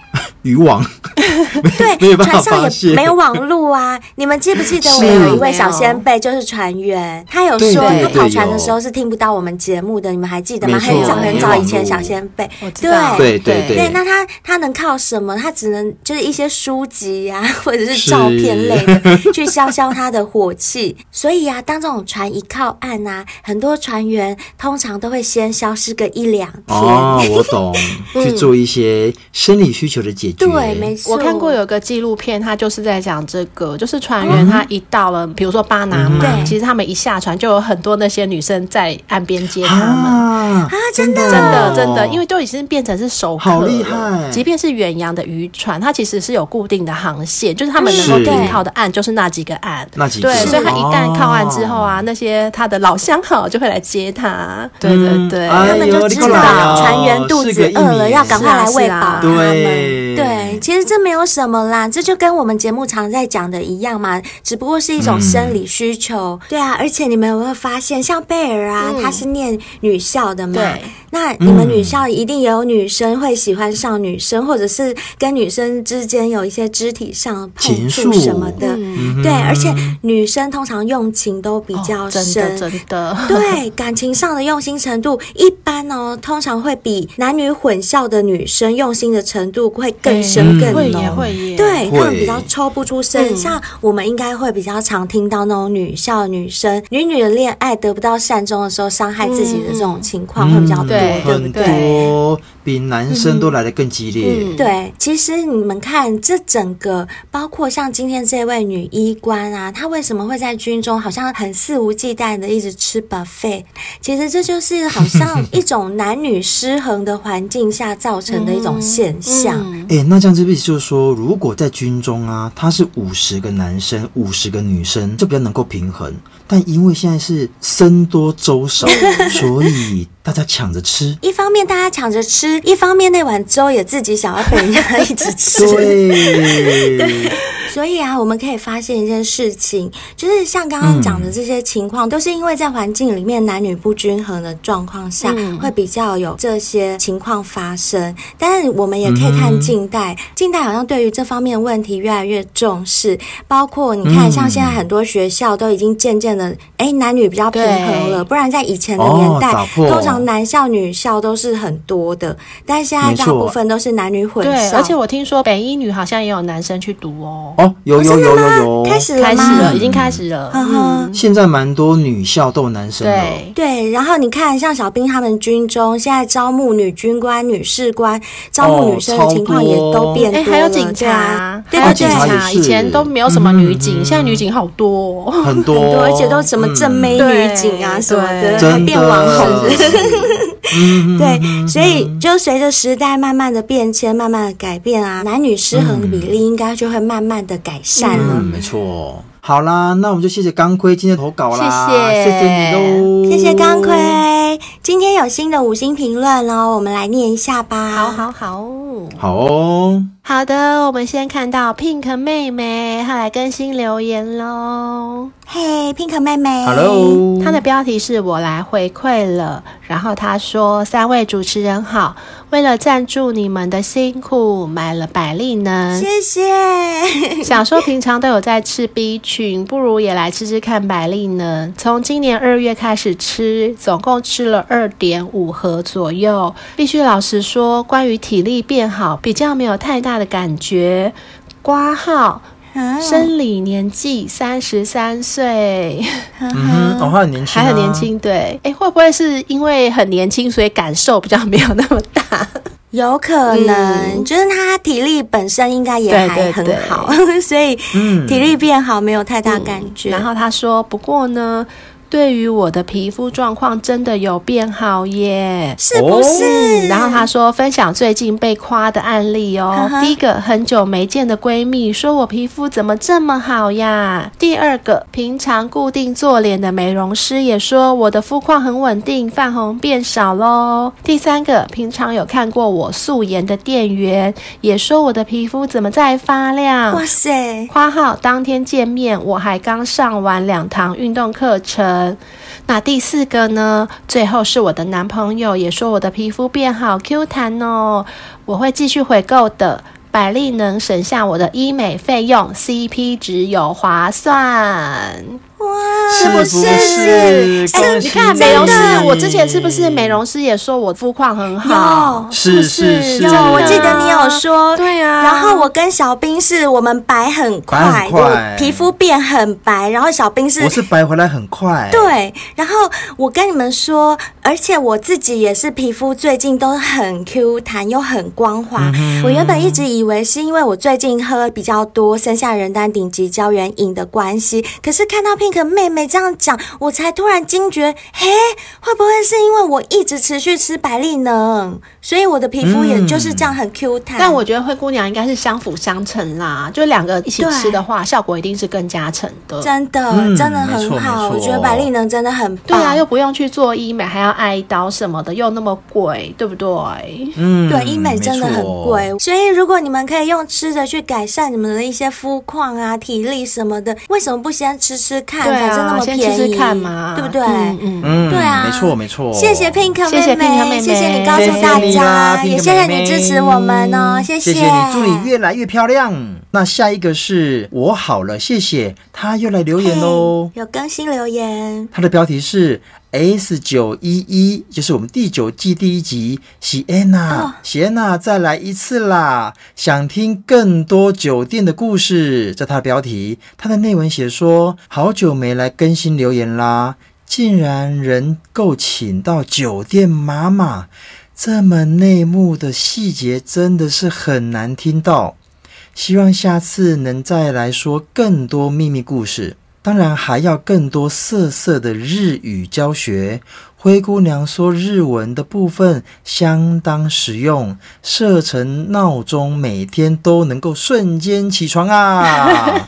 Speaker 3: 渔网， 没
Speaker 2: 对
Speaker 3: 有，办法
Speaker 2: 船上
Speaker 3: 发
Speaker 2: 也
Speaker 3: 泄
Speaker 2: 没有网路 啊！你们记不记得我
Speaker 3: 是
Speaker 2: 们有一位小先辈就是船员，他有
Speaker 3: 对
Speaker 2: 说
Speaker 3: 对
Speaker 2: 他
Speaker 3: 对
Speaker 2: 跑船的
Speaker 3: 有
Speaker 2: 时候是听不到我们节目的，你们还记得吗？
Speaker 3: 没错
Speaker 2: 很早很
Speaker 4: 没
Speaker 2: 早
Speaker 4: 网
Speaker 2: 以前
Speaker 3: 路
Speaker 2: 小先辈
Speaker 4: 哦我，知道，
Speaker 3: 对对对
Speaker 2: 对，那他他能靠什么？他只能就是一些书籍呀、 或者是照片类 的，去消消他的火气。所以啊，当这种船一靠岸啊，很多船员通常都会先消失个一两天。
Speaker 3: 哦，我 懂，
Speaker 4: 嗯
Speaker 3: 去做一些生理需求的解决。
Speaker 2: 对，没错。
Speaker 4: 我看
Speaker 3: 哦
Speaker 4: 过有个纪录片，他就是在讲这个，就是
Speaker 3: 嗯
Speaker 4: 船员他一到了，比如说巴拿
Speaker 2: 嗯
Speaker 4: 马，
Speaker 2: 对
Speaker 4: 其实他们一下船就有很多那些女生在岸边接他们。
Speaker 3: 啊啊，真的
Speaker 4: 真的，真的，因为都已经变成是熟客了。
Speaker 3: 好厉害
Speaker 4: 即便是远洋的渔船，它其实是有固定的航线，就是他们能
Speaker 3: 是
Speaker 4: 够停靠的岸就是那几个岸。
Speaker 3: 那几
Speaker 4: 对，
Speaker 3: 个
Speaker 4: 所以他一旦靠岸之后啊，
Speaker 3: 哦
Speaker 4: 那些他的老乡好就会来接他。对对对，
Speaker 3: 嗯
Speaker 2: 他
Speaker 3: 哎
Speaker 2: 们
Speaker 3: 呦
Speaker 2: 就
Speaker 3: 你
Speaker 2: 知
Speaker 3: 哦
Speaker 4: 过来
Speaker 2: 道
Speaker 4: 啊
Speaker 2: 船员肚子饿
Speaker 3: 是个
Speaker 2: 了，
Speaker 3: 薏米啊
Speaker 2: 要赶快来喂饱
Speaker 4: 是啊
Speaker 2: 他
Speaker 4: 是
Speaker 2: 们。
Speaker 4: 啊
Speaker 3: 对
Speaker 2: 对，其实这没有什么啦，这就跟我们节目常在讲的一样嘛，只不过是一种生理需
Speaker 3: 嗯
Speaker 2: 求。对啊，而且你们有没有发现，像贝尔啊，
Speaker 4: 嗯
Speaker 2: 她是念女校的嘛
Speaker 4: 对，
Speaker 2: 那你们女校一定也有女生会喜欢上女生，或者是跟女生之间有一些肢体上的碰
Speaker 3: 情
Speaker 2: 触
Speaker 3: 愫
Speaker 2: 什么的。
Speaker 4: 嗯
Speaker 2: 对，而且女生通常用情都比较
Speaker 4: 哦真
Speaker 2: 深，
Speaker 4: 的真的，
Speaker 2: 对感情上的用心程度，一般哦，通常会比男女混校的女生用心的程度会更深
Speaker 3: 嗯
Speaker 2: 更
Speaker 4: 会
Speaker 2: 浓。
Speaker 4: 耶会耶，
Speaker 2: 对他们
Speaker 3: 会
Speaker 2: 比较抽不出身，
Speaker 4: 嗯
Speaker 2: 像我们应该会比较常听到那种女校女生女女的
Speaker 4: 嗯
Speaker 2: 恋爱得不到善终的时候，伤害自己的这种情况会比较多，
Speaker 3: 嗯
Speaker 4: 对
Speaker 2: 对不
Speaker 3: 很
Speaker 4: 对
Speaker 2: 对？
Speaker 3: 多。比男生都来得更激烈。
Speaker 4: 嗯，
Speaker 2: 对，其实你们看这整个，包括像今天这位女医官啊，她为什么会在军中好像很肆无忌惮的一直吃 buffet？其实这就是好像一种男女失衡的环境下造成的一种现象。
Speaker 4: 嗯
Speaker 3: 哎、那这样子意思就是说，如果在军中啊，他是五十个男生，五十个女生，这比较能够平衡。但因为现在是僧多粥 少，所以大家抢着吃。
Speaker 2: 一方面大家抢着吃，一方面那碗粥也自己想要被人家一直吃。
Speaker 3: 对，
Speaker 2: 所以啊，我们可以发现一件事情，就是像刚刚讲的这些情况，都是因为在环境里面男女不均衡的状况下，
Speaker 4: 嗯
Speaker 2: 会比较有这些情况发生。但是我们也可以看近代，近代好像对于这方面问题越来越重视，包括你看，
Speaker 3: 嗯
Speaker 2: 像现在很多学校都已经渐渐的，哎、男女比较平衡了，
Speaker 4: 对
Speaker 2: 不然在以前的
Speaker 3: 哦
Speaker 2: 年代，
Speaker 3: 打破
Speaker 2: 通常男校女校都是很多的，但现在
Speaker 3: 没
Speaker 2: 大
Speaker 3: 错
Speaker 2: 部分都是男女混
Speaker 4: 对，
Speaker 2: 校。
Speaker 4: 而且我听说北一女好像也有男生去读哦，
Speaker 3: 哦，有有有有有，
Speaker 2: 开哦始了吗？
Speaker 4: 开始了，
Speaker 3: 嗯
Speaker 4: 已经开始了。
Speaker 2: 呵呵
Speaker 3: 现在蛮多女校都有男生的哦。
Speaker 4: 对，
Speaker 2: 对，然后你看，像小兵他们军中现在招募女军官、女士官，招募女生的情况也都变多
Speaker 4: 哎，
Speaker 2: 了，
Speaker 4: 还有警
Speaker 2: 对啊
Speaker 4: 察，
Speaker 2: 对
Speaker 4: 还有
Speaker 2: 对
Speaker 4: 警
Speaker 2: 对，
Speaker 3: 还有警
Speaker 4: 察，
Speaker 3: 察也
Speaker 4: 以
Speaker 3: 是
Speaker 4: 前都没有什么女警，
Speaker 3: 嗯
Speaker 4: 现在女警好多哦。
Speaker 3: 很多，嗯
Speaker 2: 很多，而且都什么正妹
Speaker 4: 对
Speaker 2: 女警啊什么的，
Speaker 4: 嗯对
Speaker 2: 还
Speaker 3: 真
Speaker 2: 变
Speaker 3: 的
Speaker 2: 网 红，
Speaker 3: 嗯
Speaker 2: 对，所以就随着时代慢慢的变迁，慢慢的改变啊，男女失衡的比例应该就会慢慢的改善了
Speaker 3: 嗯，。没错。好啦，那我们就谢谢钢盔今天的投稿啦，
Speaker 4: 谢谢
Speaker 3: 谢你喽，
Speaker 2: 谢谢钢盔，今天有新的五星评论哦，我们来念一下吧。
Speaker 4: 好好好。
Speaker 3: 好哦，
Speaker 4: 好的，我们先看到 Pink 妹妹，她来更新留言喽。
Speaker 2: 嘿，Pink 妹妹
Speaker 3: Hello，嗯
Speaker 4: 它的标题是我来回馈了，然后他说：“三位主持人好，为了赞助你们的辛苦，买了百利能，
Speaker 2: 谢谢。
Speaker 4: 想说平常都有在吃 B 群，不如也来吃吃看百利能。从今年二月开始吃，总共吃了二点五盒左右。必须老实说，关于体力变好，比较没有太大的感觉。”挂号，
Speaker 2: 啊
Speaker 4: 生理年纪三十三岁。
Speaker 3: 嗯哼，哦，他很年轻、
Speaker 4: 还很年。轻，对，哎，会不会是因为很年轻，所以感受比较没有那么大？
Speaker 2: 有可能，
Speaker 4: 嗯
Speaker 2: 就是他体力本身应该也
Speaker 4: 对
Speaker 2: 还
Speaker 4: 对
Speaker 2: 很
Speaker 4: 对
Speaker 2: 好， 所以
Speaker 3: 嗯
Speaker 2: 体力变好没有太大感觉。
Speaker 4: 嗯然后他说，不过呢，对于我的皮肤状况真的有变好耶。
Speaker 2: 是不是？
Speaker 4: 然后他说分享最近被夸的案例哦
Speaker 2: 呵。呵
Speaker 4: 第一个，很久没见的闺蜜说我皮肤怎么这么好呀？第二个，平常固定做脸的美容师也说我的肤况很稳定，泛红变少喽。第三个，平常有看过我素颜的店员也说我的皮肤怎么在发亮。
Speaker 2: 哇塞，
Speaker 4: 括号当天见面，我还刚上完两堂运动课程。那第四个呢？最后是我的男朋友也说我的皮肤变好 Q 弹哦，我会继续回购的。百丽能省下我的医美费用，CP 值有划算，
Speaker 3: 是不是？是
Speaker 4: 哎、你看美容师，我之前是不是美容师也说我肤况很好？
Speaker 3: 是
Speaker 4: 是
Speaker 3: 是是
Speaker 4: 有
Speaker 2: 有，我记
Speaker 4: 真的
Speaker 2: 得你有说。
Speaker 4: 对啊，
Speaker 2: 然后我跟小兵是我们白很
Speaker 3: 白
Speaker 2: 快，
Speaker 3: 很快
Speaker 2: 就皮肤变很白，然后小兵是
Speaker 3: 我是白回来很快，，
Speaker 2: 对，然后我跟你们说，而且我自己也是皮肤最近都很 Q 弹又很光滑。
Speaker 3: 嗯
Speaker 2: 我原本一直以为是因为我最近喝比较多生下人丹顶级胶原饮的关系，可是看到 Pink 妹妹这样讲，我才突然惊觉，嘿，会不会是因为我一直持续吃百利能，所以我的皮肤也就是这样很 Q 弹？
Speaker 4: 但我觉得灰姑娘应该是相辅相成啦，就两个一起吃的话，效果一定是更加成的。
Speaker 2: 真的、
Speaker 3: 嗯
Speaker 2: 真的
Speaker 3: 没错
Speaker 2: 很好，
Speaker 3: 没
Speaker 2: 我
Speaker 3: 错
Speaker 2: 觉得百利能真的很
Speaker 4: 对
Speaker 2: 棒。
Speaker 4: 啊，又不用去做医美，还要挨刀什么的，又那么贵，对不对？
Speaker 3: 嗯，
Speaker 2: 对，医美真的
Speaker 3: 没
Speaker 2: 很
Speaker 3: 错
Speaker 2: 贵，所以如果你们可以用吃的去改善你们的一些肤况啊、体力什么的，为什么不先吃吃看？
Speaker 4: 对
Speaker 2: 反正那
Speaker 4: 啊，
Speaker 2: 么
Speaker 4: 先
Speaker 2: 便宜，
Speaker 4: 吃吃看嘛，
Speaker 2: 对不对？
Speaker 4: 嗯 嗯。
Speaker 3: 嗯，
Speaker 2: 对啊
Speaker 3: 没错没错，
Speaker 2: 谢谢 Pink 妹妹，
Speaker 4: 谢谢 Pink 妹妹
Speaker 2: 谢谢你告诉大
Speaker 3: 谢谢你啦
Speaker 2: 家，
Speaker 3: ，Pink
Speaker 2: 也谢谢
Speaker 3: 妹妹
Speaker 2: 你支持我们哦，谢
Speaker 3: 谢
Speaker 2: 谢
Speaker 3: 你，祝你越来越漂亮。那下一个是我好了，谢谢他又来留言哦喽
Speaker 2: 嘿。有更新留言，
Speaker 3: 它的标题是 S 九一一，就是我们第九季第一集。喜安娜，喜安娜再来一次啦！想听更多酒店的故事，这它的标题。它的内文写说，好久没来更新留言啦，竟然能够请到酒店妈妈。这么内幕的细节真的是很难听到。希望下次能再来说更多秘密故事，当然还要更多色色的日语教学。灰姑娘说日文的部分相当实用，设成闹钟，每天都能够瞬间起床啊！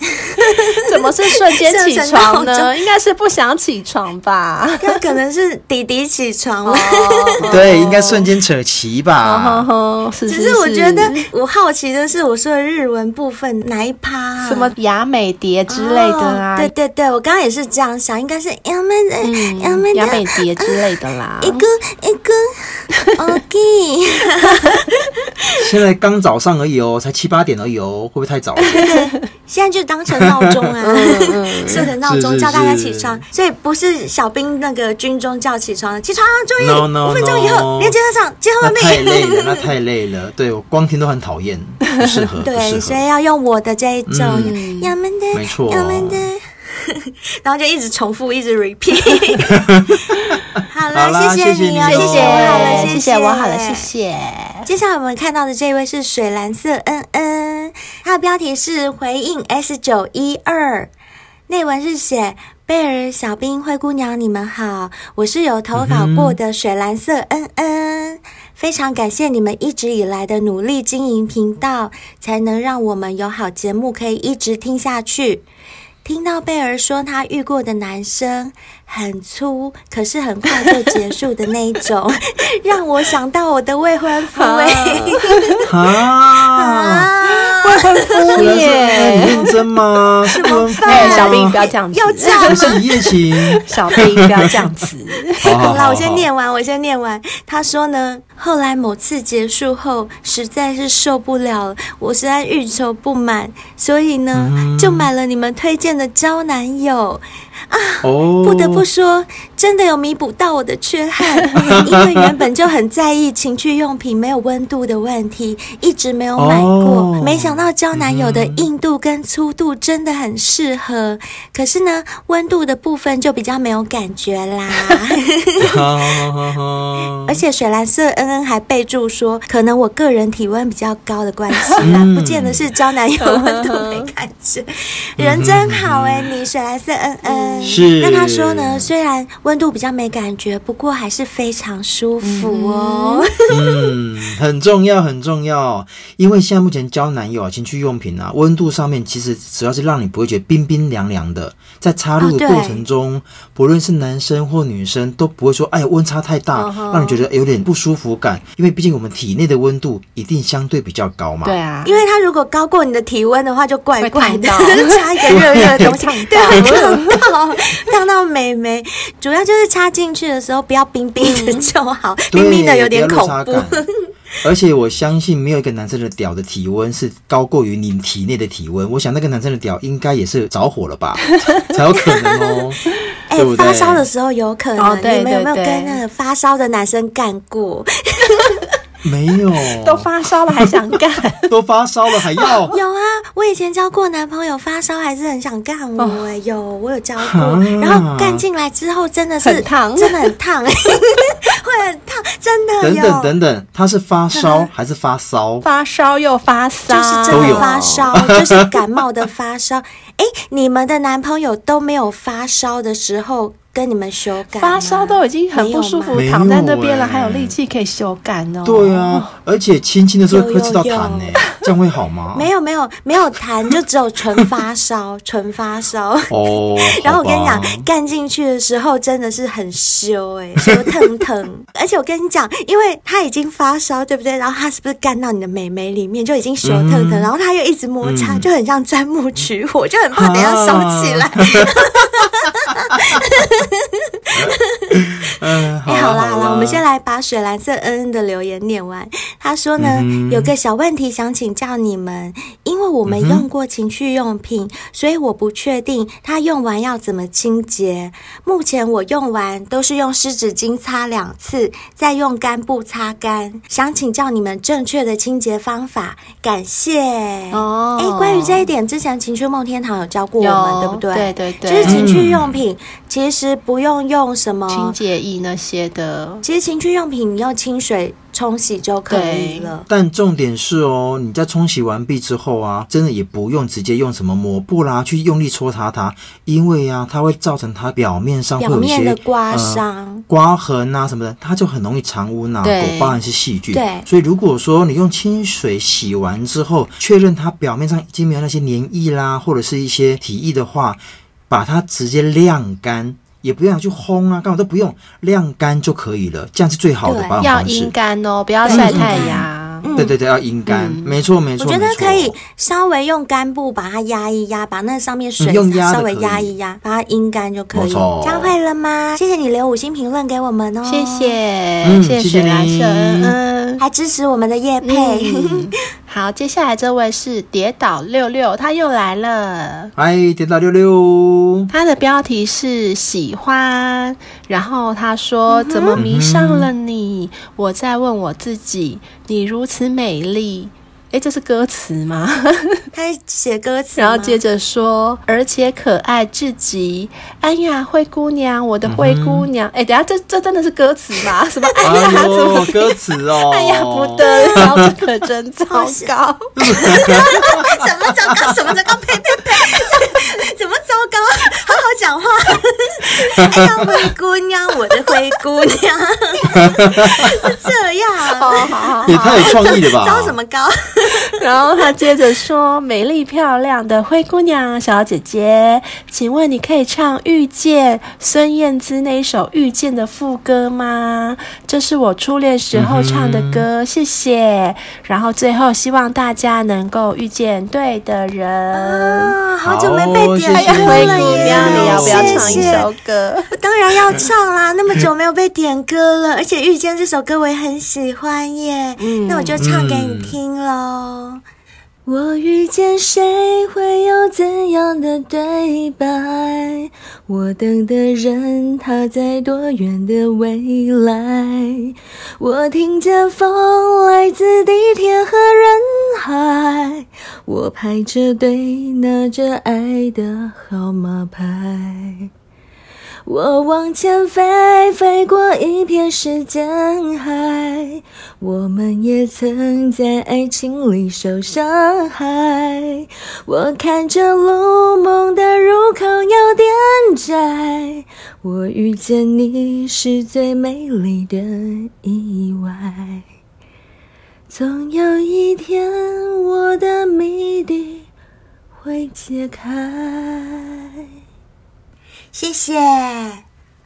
Speaker 4: 怎么是瞬间起
Speaker 2: 设
Speaker 4: 床
Speaker 2: 成闹
Speaker 4: 呢？应该是不想起床吧？
Speaker 2: 那可能是弟弟起 床了。
Speaker 3: 对，应该瞬间扯旗吧。
Speaker 4: 哦，只
Speaker 2: 只是我觉得我好奇的是，我说的日文部分哪一趴啊、
Speaker 4: 什么雅美蝶之类的啊，
Speaker 2: 哦对对对，我刚刚也是这样想，应该是要么的，要么
Speaker 4: 雅嗯美
Speaker 2: 的。
Speaker 4: 蝶之类的啦。
Speaker 2: 一个一 个，OK，
Speaker 3: 现在刚早上而已哦，才七八点而已哦，会不会太早了？
Speaker 2: 现在就当成闹钟啊，
Speaker 4: 嗯
Speaker 2: 设成闹钟
Speaker 3: 是是
Speaker 2: 叫大家
Speaker 3: 是
Speaker 2: 起床，所以不是小兵那个军中叫起床，起床啊，注意
Speaker 3: No, no,
Speaker 2: 五分钟以后
Speaker 3: no
Speaker 2: 连接车上，接后
Speaker 3: 那
Speaker 2: 面
Speaker 3: 太累了，那太累了。对我光听都很讨厌，不适合，不适
Speaker 2: 对，所以
Speaker 3: 合。
Speaker 2: 要用我的这一种，
Speaker 3: 嗯
Speaker 2: 要么的，
Speaker 3: 没错
Speaker 2: 要么的， 然后就一直重复，一直 repeat。好
Speaker 3: 好
Speaker 2: 了，
Speaker 3: 啦
Speaker 2: 谢
Speaker 3: 谢谢
Speaker 2: 你哦，
Speaker 3: 你
Speaker 2: 谢
Speaker 3: 哦
Speaker 4: 谢
Speaker 2: 我好了，
Speaker 4: 谢，谢谢，我好了，谢。谢。
Speaker 2: 接下来我们看到的这一位是水蓝色嗯恩恩，它的标题是回应 S 九一二，内文是写。贝尔、小兵、灰姑娘，你们好，我是有投稿过的水蓝色恩恩，非常感谢你们一直以来的努力经营频道，才能让我们有好节目可以一直听下去。听到贝儿说她遇过的男生很粗，可是很快就结束的那一种， 让我想到我的未婚夫哎、
Speaker 3: 啊，
Speaker 2: 啊，
Speaker 4: 未婚 夫
Speaker 3: 虽然说哎你
Speaker 4: 耶！
Speaker 3: 认真吗？是婚夫
Speaker 4: 哎，
Speaker 3: 吗
Speaker 4: 小兵不要这样子，
Speaker 2: 要这样
Speaker 3: 不是一夜情。
Speaker 4: 小兵不要这样子。
Speaker 3: 好好
Speaker 2: 好啦，
Speaker 3: 好，
Speaker 2: 我先念完，我先念完。他说呢，后来某次结束后，实在是受不了了，我实在欲求不满，所以呢，
Speaker 3: 嗯
Speaker 2: 就买了你们推荐的交男友。
Speaker 3: 哦，
Speaker 2: 不得不说，真的有弥补到我的缺 憾，因为原本就很在意情趣用品没有温度的问题，一直没有买过。
Speaker 3: 哦
Speaker 2: 没想到交男友的硬度跟粗度真的很适合，可是呢，温度的部分就比较没有感觉啦。
Speaker 3: 好好好好
Speaker 2: 而且水蓝色恩恩还备注说，可能我个人体温比较高的关系啦，不见得是交男友 温度没感觉。人真好哎、你水蓝色恩恩
Speaker 3: 是
Speaker 2: 那他说呢，虽然温度比较没感觉，不过还是非常舒服哦。
Speaker 3: 嗯，很重要，很重要。因为现在目前交男友啊，情趣用品啊，温度上面其实只要是让你不会觉得冰冰凉凉的，在插入的
Speaker 2: 哦对
Speaker 3: 过程中，不论是男生或女生都不会说，哎，温差太
Speaker 2: 嗯
Speaker 3: 大，让你觉得有点不舒服感。因为毕竟我们体内的温度一定相 对比较高嘛。
Speaker 4: 对。啊，
Speaker 2: 因为他如果高过你的体温的话，就怪怪的，
Speaker 4: 会烫 到
Speaker 2: 就插一个热热的东西，对，
Speaker 4: 烫
Speaker 2: 会烫到烫到美眉。主要就是插进去的时候不要冰冰的就好，
Speaker 3: 对
Speaker 2: 冰冰的有点
Speaker 3: 不要
Speaker 2: 恐
Speaker 3: 落差
Speaker 2: 怖。
Speaker 3: 感而且我相信没有一个男生的屌的体温是高过于你体内的体温。我想那个男生的屌应该也是着火 了吧，才有可能哦。
Speaker 2: 哎、
Speaker 3: 对不对
Speaker 2: 发烧的时候有可能，
Speaker 4: 哦对
Speaker 2: 你们有没有
Speaker 4: 对对
Speaker 2: 跟那个发烧的男生干过？
Speaker 3: 没有，
Speaker 4: 都发烧了还想干，
Speaker 3: 都发烧了 还要
Speaker 2: 有啊，我以前交过男朋友，发烧还是很想干我、
Speaker 4: 哦
Speaker 2: 哎有我有交过，
Speaker 3: 啊
Speaker 2: 然后干进来之后真的是
Speaker 4: 很烫
Speaker 2: 真的很烫， 会很烫，真的
Speaker 3: 等
Speaker 2: 有，
Speaker 3: 等等等，他是 发烧还是发烧？
Speaker 4: 发烧又发烧，
Speaker 2: 就是真
Speaker 3: 啊
Speaker 2: 的发烧，就是感冒的发烧。 哎、你们的男朋友都没有发烧的时候跟你们修改吗
Speaker 4: 发烧都已经很不舒服
Speaker 3: 没，有吗
Speaker 4: 躺在那边了，
Speaker 3: 没有欸
Speaker 4: 还有力气可以修改哦。
Speaker 3: 对，啊，而且亲亲的时候
Speaker 2: 有
Speaker 3: 会吃到
Speaker 2: 有有
Speaker 3: 痰呢、这样会好吗？
Speaker 2: 没有没有没有痰，就只有纯发烧，纯发烧。
Speaker 3: 哦。
Speaker 2: 然后我跟你
Speaker 3: 好吧
Speaker 2: 讲，干进去的时候真的是很羞哎、欸，说疼疼。 而且我跟你讲，因为他已经发烧，对不对？然后他是不是干到你的美眉里面就已经手疼疼？
Speaker 3: 嗯
Speaker 2: 然后他又一直摩擦，就很像钻木取火，就很怕等一下烧起来。
Speaker 3: 嗯，
Speaker 2: 哎、
Speaker 3: 好
Speaker 2: 好
Speaker 3: 啦
Speaker 2: 啦好啦，
Speaker 3: 啦，
Speaker 2: 我们先来把水蓝色恩恩的留言念完。他说呢，有个小问题想请教你们，因为我们用过情趣用品，所以我不确定它用完要怎么清洁。目前我用完都是用湿纸巾擦两次，再用干布擦干。想请教你们正确的清洁方法，感谢。
Speaker 4: 哦
Speaker 2: 哎、关于这一点，之前情趣梦天堂有教过我们，
Speaker 4: 有
Speaker 2: 对不对？
Speaker 4: 对对对
Speaker 2: 就是情趣用品，其实不用用什么
Speaker 4: 清洁液那些的，
Speaker 2: 其实情趣用品你用清水冲洗就可以了。
Speaker 3: 但重点是哦，你在冲洗完毕之后啊，真的也不用直接用什么抹布啦去用力搓擦它，因为啊，它会造成它表面上会
Speaker 2: 表
Speaker 3: 有一
Speaker 2: 面
Speaker 3: 些
Speaker 2: 的刮
Speaker 3: 呃、
Speaker 2: 伤，
Speaker 3: 刮痕啊什么的，它就很容易藏污纳
Speaker 4: 对
Speaker 3: 垢，包含是细菌。
Speaker 2: 对
Speaker 3: 所以如果说你用清水洗完之后，确认它表面上已经没有那些黏液啦，或者是一些体液的话，把它直接晾干。也不用拿去烘啊，干嘛都不用，晾干就可以了，这样是最好的
Speaker 2: 对
Speaker 3: 保养
Speaker 4: 要
Speaker 3: 方式
Speaker 4: 阴。干哦，不要
Speaker 2: 对
Speaker 4: 晒
Speaker 2: 阴
Speaker 4: 太
Speaker 2: 干
Speaker 4: 阳。
Speaker 2: 嗯
Speaker 3: 对对对，要阴干，
Speaker 4: 嗯
Speaker 3: 没错没错。
Speaker 2: 我觉得
Speaker 3: 没错
Speaker 2: 可以稍微用干布把它压一压，把那上面水
Speaker 3: 嗯用压的
Speaker 2: 稍微
Speaker 3: 可以
Speaker 2: 压一压，把它阴干就可以。
Speaker 3: 没错
Speaker 2: 这样会了吗？谢谢你留五星评论给我们哦，
Speaker 4: 谢，谢，
Speaker 3: 嗯
Speaker 4: 谢
Speaker 3: 谢
Speaker 4: 水
Speaker 3: 谢
Speaker 4: 蓝
Speaker 3: 你
Speaker 4: 色恩恩。
Speaker 2: 还支持我们的叶佩。
Speaker 4: 嗯 好，接下来这位是跌倒六六，他又来了。
Speaker 3: 嗨，点哎到 六六，
Speaker 4: 他的标题是喜欢，然后他说、怎么迷上了你？我在问我自己，你如此美丽。诶，这是嗯歌词吗？
Speaker 2: 他写歌词吗，
Speaker 4: 然后接着说，而且可爱至极。哎呀，灰姑娘，我的灰姑娘。诶，等一下，这这真的是歌词 吗？什么？嗯哎呀，
Speaker 3: 哎
Speaker 4: 怎么
Speaker 3: 呦，？歌词哦，
Speaker 4: 哎呀，不， 得了，这可真 糟糕。
Speaker 2: 怎么糟糕？怎么糟糕？呸呸呸！怎么糟糕？好好讲话。哎呀，灰姑娘，我的灰姑娘， 是这
Speaker 4: 好
Speaker 2: 样，
Speaker 4: 好好好
Speaker 3: 也太有创意了吧？
Speaker 2: 糟什？么糕？
Speaker 4: 然后他接着说：“美丽漂亮的灰姑娘小姐姐，请问你可以唱《遇见》孙燕姿那一首《遇见》的副歌吗？这是我初恋时候唱的歌，
Speaker 2: 嗯
Speaker 4: 谢谢。然后最后希望大家能够遇见对的人。
Speaker 2: 啊，好久没被点
Speaker 3: 好谢谢
Speaker 2: 歌
Speaker 3: 哎
Speaker 2: 了
Speaker 4: 哦灰
Speaker 2: 耶！
Speaker 4: 姑娘，你要不要唱
Speaker 2: 谢
Speaker 4: 一
Speaker 2: 谢
Speaker 4: 首歌？
Speaker 2: 当然要唱啦，那么久没有被点歌了，而且《遇见》这首歌我也很喜欢耶，那我就唱给你听喽。我遇见谁会有怎样的对白？我等的人他在多远的未来？我听见风来自地铁和人海，我排着队拿着爱的号码牌。我往前飞，飞过一片时间海。我们也曾在爱情里受伤害。我看着路，梦的入口有点窄。我遇见你是最美丽的意外。总有一天，我的谜底会解开。谢谢。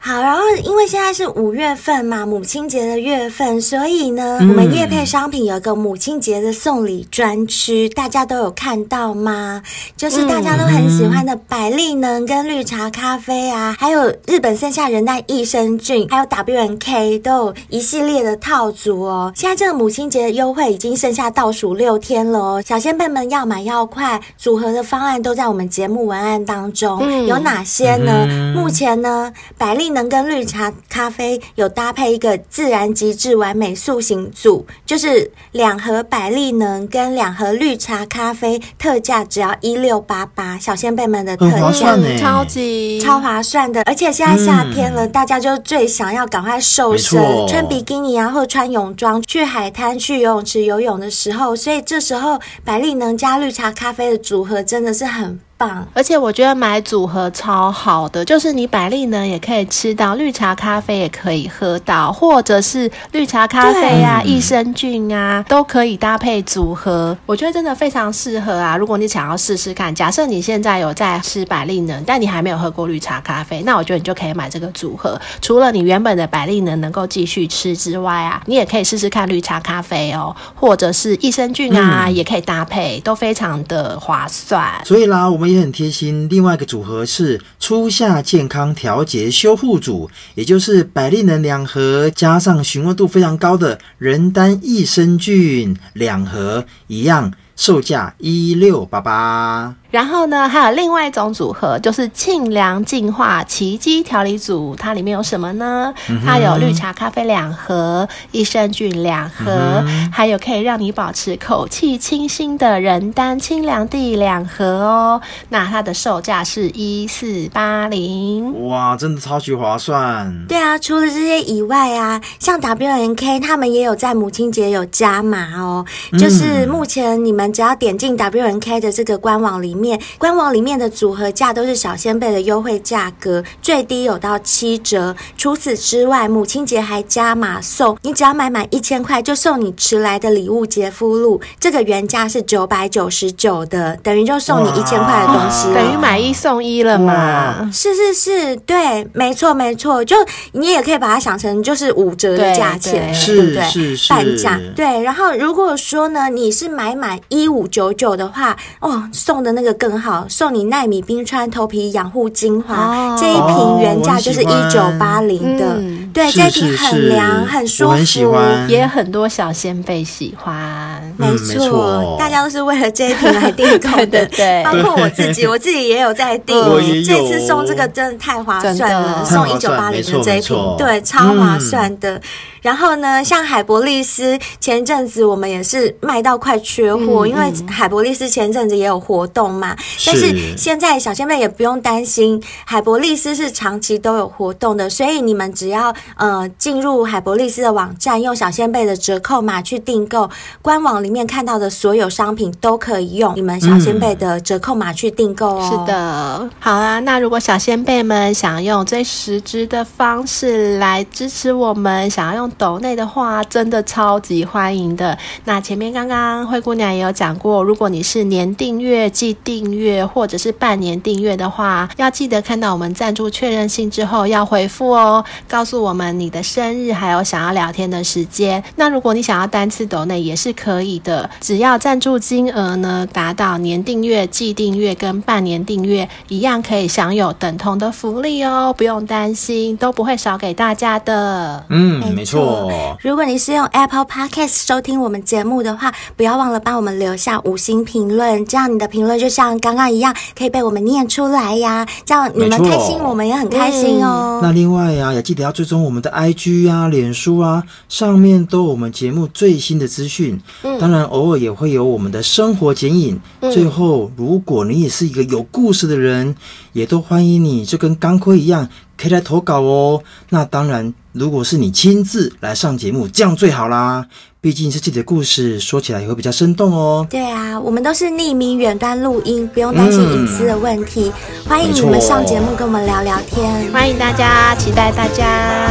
Speaker 2: 好，然后因为现在是五月份嘛，母亲节的月份，所以呢，我们叶配商品有一个母亲节的送礼专区，大家都有看到吗？就是大家都很喜欢的百利能跟绿茶咖啡啊，还有日本剩下仁丹益生菌，还有 WNK 都有一系列的套组哦。现在这个母亲节的优惠已经剩下倒数六天了哦，小先辈们要买要快，组合的方案都在我们节目文案当中，
Speaker 4: 嗯
Speaker 2: 有哪？哪些呢？
Speaker 3: 嗯
Speaker 2: 目前呢，百利能跟绿茶咖啡有搭配一个自然极致完美塑形组，就是两盒百利能跟两盒绿茶咖啡，特价只要一六八八，小先辈们的特
Speaker 3: 很划
Speaker 2: 价。
Speaker 3: 算呢
Speaker 4: 超级
Speaker 2: 超划算的，而且现在夏天了，大家就最想要赶快瘦身
Speaker 3: 嗯没错，
Speaker 2: 穿比基尼啊，或者穿泳装去海滩、去游泳池游泳的时候，所以这时候百利能加绿茶咖啡的组合真的是很棒。
Speaker 4: 而且我觉得买组合超好的，就是你百利呢也可以吃到，绿茶咖啡也可以喝到，或者是绿茶咖啡啊、益生菌啊都可以搭配组合。我觉得真的非常适合啊！如果你想要试试看，假设你现在有在吃百利呢，但你还没有喝过绿茶咖啡，那我觉得你就可以买这个组合。除了你原本的百利呢能够继续吃之外啊，你也可以试试看绿茶咖啡哦，或者是益生菌啊，也可以搭配，都非常的划算。
Speaker 3: 所以啦，我们也很贴心。另外一个组合是初夏健康调节修护组，也就是百利能两盒加上询问度非常高的仁丹益生菌两盒，一样售价一六八八。
Speaker 4: 然后呢，还有另外一种组合，就是沁凉净化奇迹调理组，它里面有什么呢？它有绿茶咖啡两盒、益生菌两盒，还有可以让你保持口气清新的人丹清凉地两盒哦。那它的售价是一四八零。
Speaker 3: 哇，真的超级划
Speaker 4: 嗯
Speaker 3: 算。
Speaker 2: 对啊，除了这些以外啊，像 W N K 他们也有在母亲节有加码哦。就是
Speaker 4: 嗯
Speaker 2: 目前你们只要点进 W N K 的这个官网里面，官网里面的组合价都是小仙贝的优惠价格，最低有到七折。除此之外，母亲节还加码送，你只要买满一千块就送你迟来的礼物杰夫露，这个原价是九百九十九的，等于就送你一千块的东西了。
Speaker 4: 等于买一送一了嘛？
Speaker 2: 是是是，对，没错没错，就你也可以把它想成就是五折的
Speaker 4: 对
Speaker 2: 价
Speaker 4: 对
Speaker 2: 钱，
Speaker 3: 是
Speaker 2: 哎对不对？
Speaker 3: 是是
Speaker 2: 半价，对。然后如果说呢，你是买满一五九九的话，哦，送的那个更好，送你奈米冰川头皮养护精华，
Speaker 4: 哦
Speaker 2: 这一瓶原价就是
Speaker 3: 哦我
Speaker 2: 一
Speaker 3: 很喜
Speaker 2: 九八
Speaker 3: 欢
Speaker 2: 零的，
Speaker 4: 嗯
Speaker 2: 对，
Speaker 3: 是
Speaker 2: 这一瓶
Speaker 3: 是
Speaker 2: 很
Speaker 3: 是
Speaker 2: 凉，很舒服，
Speaker 3: 我很喜欢
Speaker 4: 也很多小仙贝喜欢。
Speaker 2: 没
Speaker 3: 嗯
Speaker 2: 错，
Speaker 3: 没错
Speaker 2: 大家都是为了这一瓶来订购的，
Speaker 4: 对对对
Speaker 2: 包括我自己，我自己也有在订
Speaker 3: 我也。有
Speaker 2: 这次送这个真的太划算了，
Speaker 4: 真
Speaker 2: 送
Speaker 3: 的
Speaker 2: 一九八零的这一
Speaker 3: 没
Speaker 2: 瓶
Speaker 3: 错，嗯
Speaker 2: 对，超划算的。然后呢，像海博利斯，前阵子我们也是卖到快缺
Speaker 3: 嗯
Speaker 2: 货，因为海博利斯前阵子也有活动嘛。但是
Speaker 3: 是
Speaker 2: 现在小仙妹也不用担心，海博利斯是长期都有活动的，所以你们只要呃进入海博利斯的网站，用小仙贝的折扣码去订购，官网里面看到的所有商品都可以用你们小仙贝的折扣码去订购哦。
Speaker 4: 是，的，好啊。那如果小先辈们想用最实质的方式来支持我们，想要用抖内的话，真的超级欢迎的。那前面刚刚灰姑娘也有讲过，如果你是年订阅、季订阅或者是半年订阅的话，要记得看到我们赞助确认信之后要回复哦，告诉我们你的生日还有想要聊天的时间。那如果你想要单次抖内也是可以的，只要赞助金额呢达到年订阅、季订阅跟半年订阅一样，可以享有等同的福利哦，不用担心，都不会少给大家的。
Speaker 3: 嗯，
Speaker 2: 没
Speaker 3: 没
Speaker 2: 错
Speaker 3: 错。
Speaker 2: 如果你是用 Apple Podcast 收听我们节目的话，不要忘了帮我们留下五星评论，这样你的评论就像刚刚一样，可以被我们念出来呀。这样你们
Speaker 3: 没错
Speaker 2: 开心，我们也很开心哦。
Speaker 3: 那另外啊，也记得要追踪我们的 IG 啊、脸书啊，上面都有我们节目最新的资讯。
Speaker 2: 嗯
Speaker 3: 当然，偶尔也会有我们的生活剪影。最后，如果你也是一个有故事的人，也都欢迎你，就跟钢盔一样，可以来投稿哦。那当然，如果是你亲自来上节目，这样最好啦。毕竟是自己的故事，说起来也会比较生动哦。
Speaker 2: 对啊，我们都是匿名远端录音，不用担心
Speaker 3: 嗯
Speaker 2: 隐私的问题。欢迎你们
Speaker 3: 没错
Speaker 2: 上节目跟我们聊聊天。
Speaker 4: 欢迎大家，期待大家。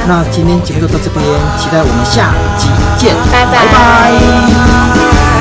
Speaker 3: 那今天节目就到这边，期待我们下集见，
Speaker 4: 拜拜
Speaker 3: 拜拜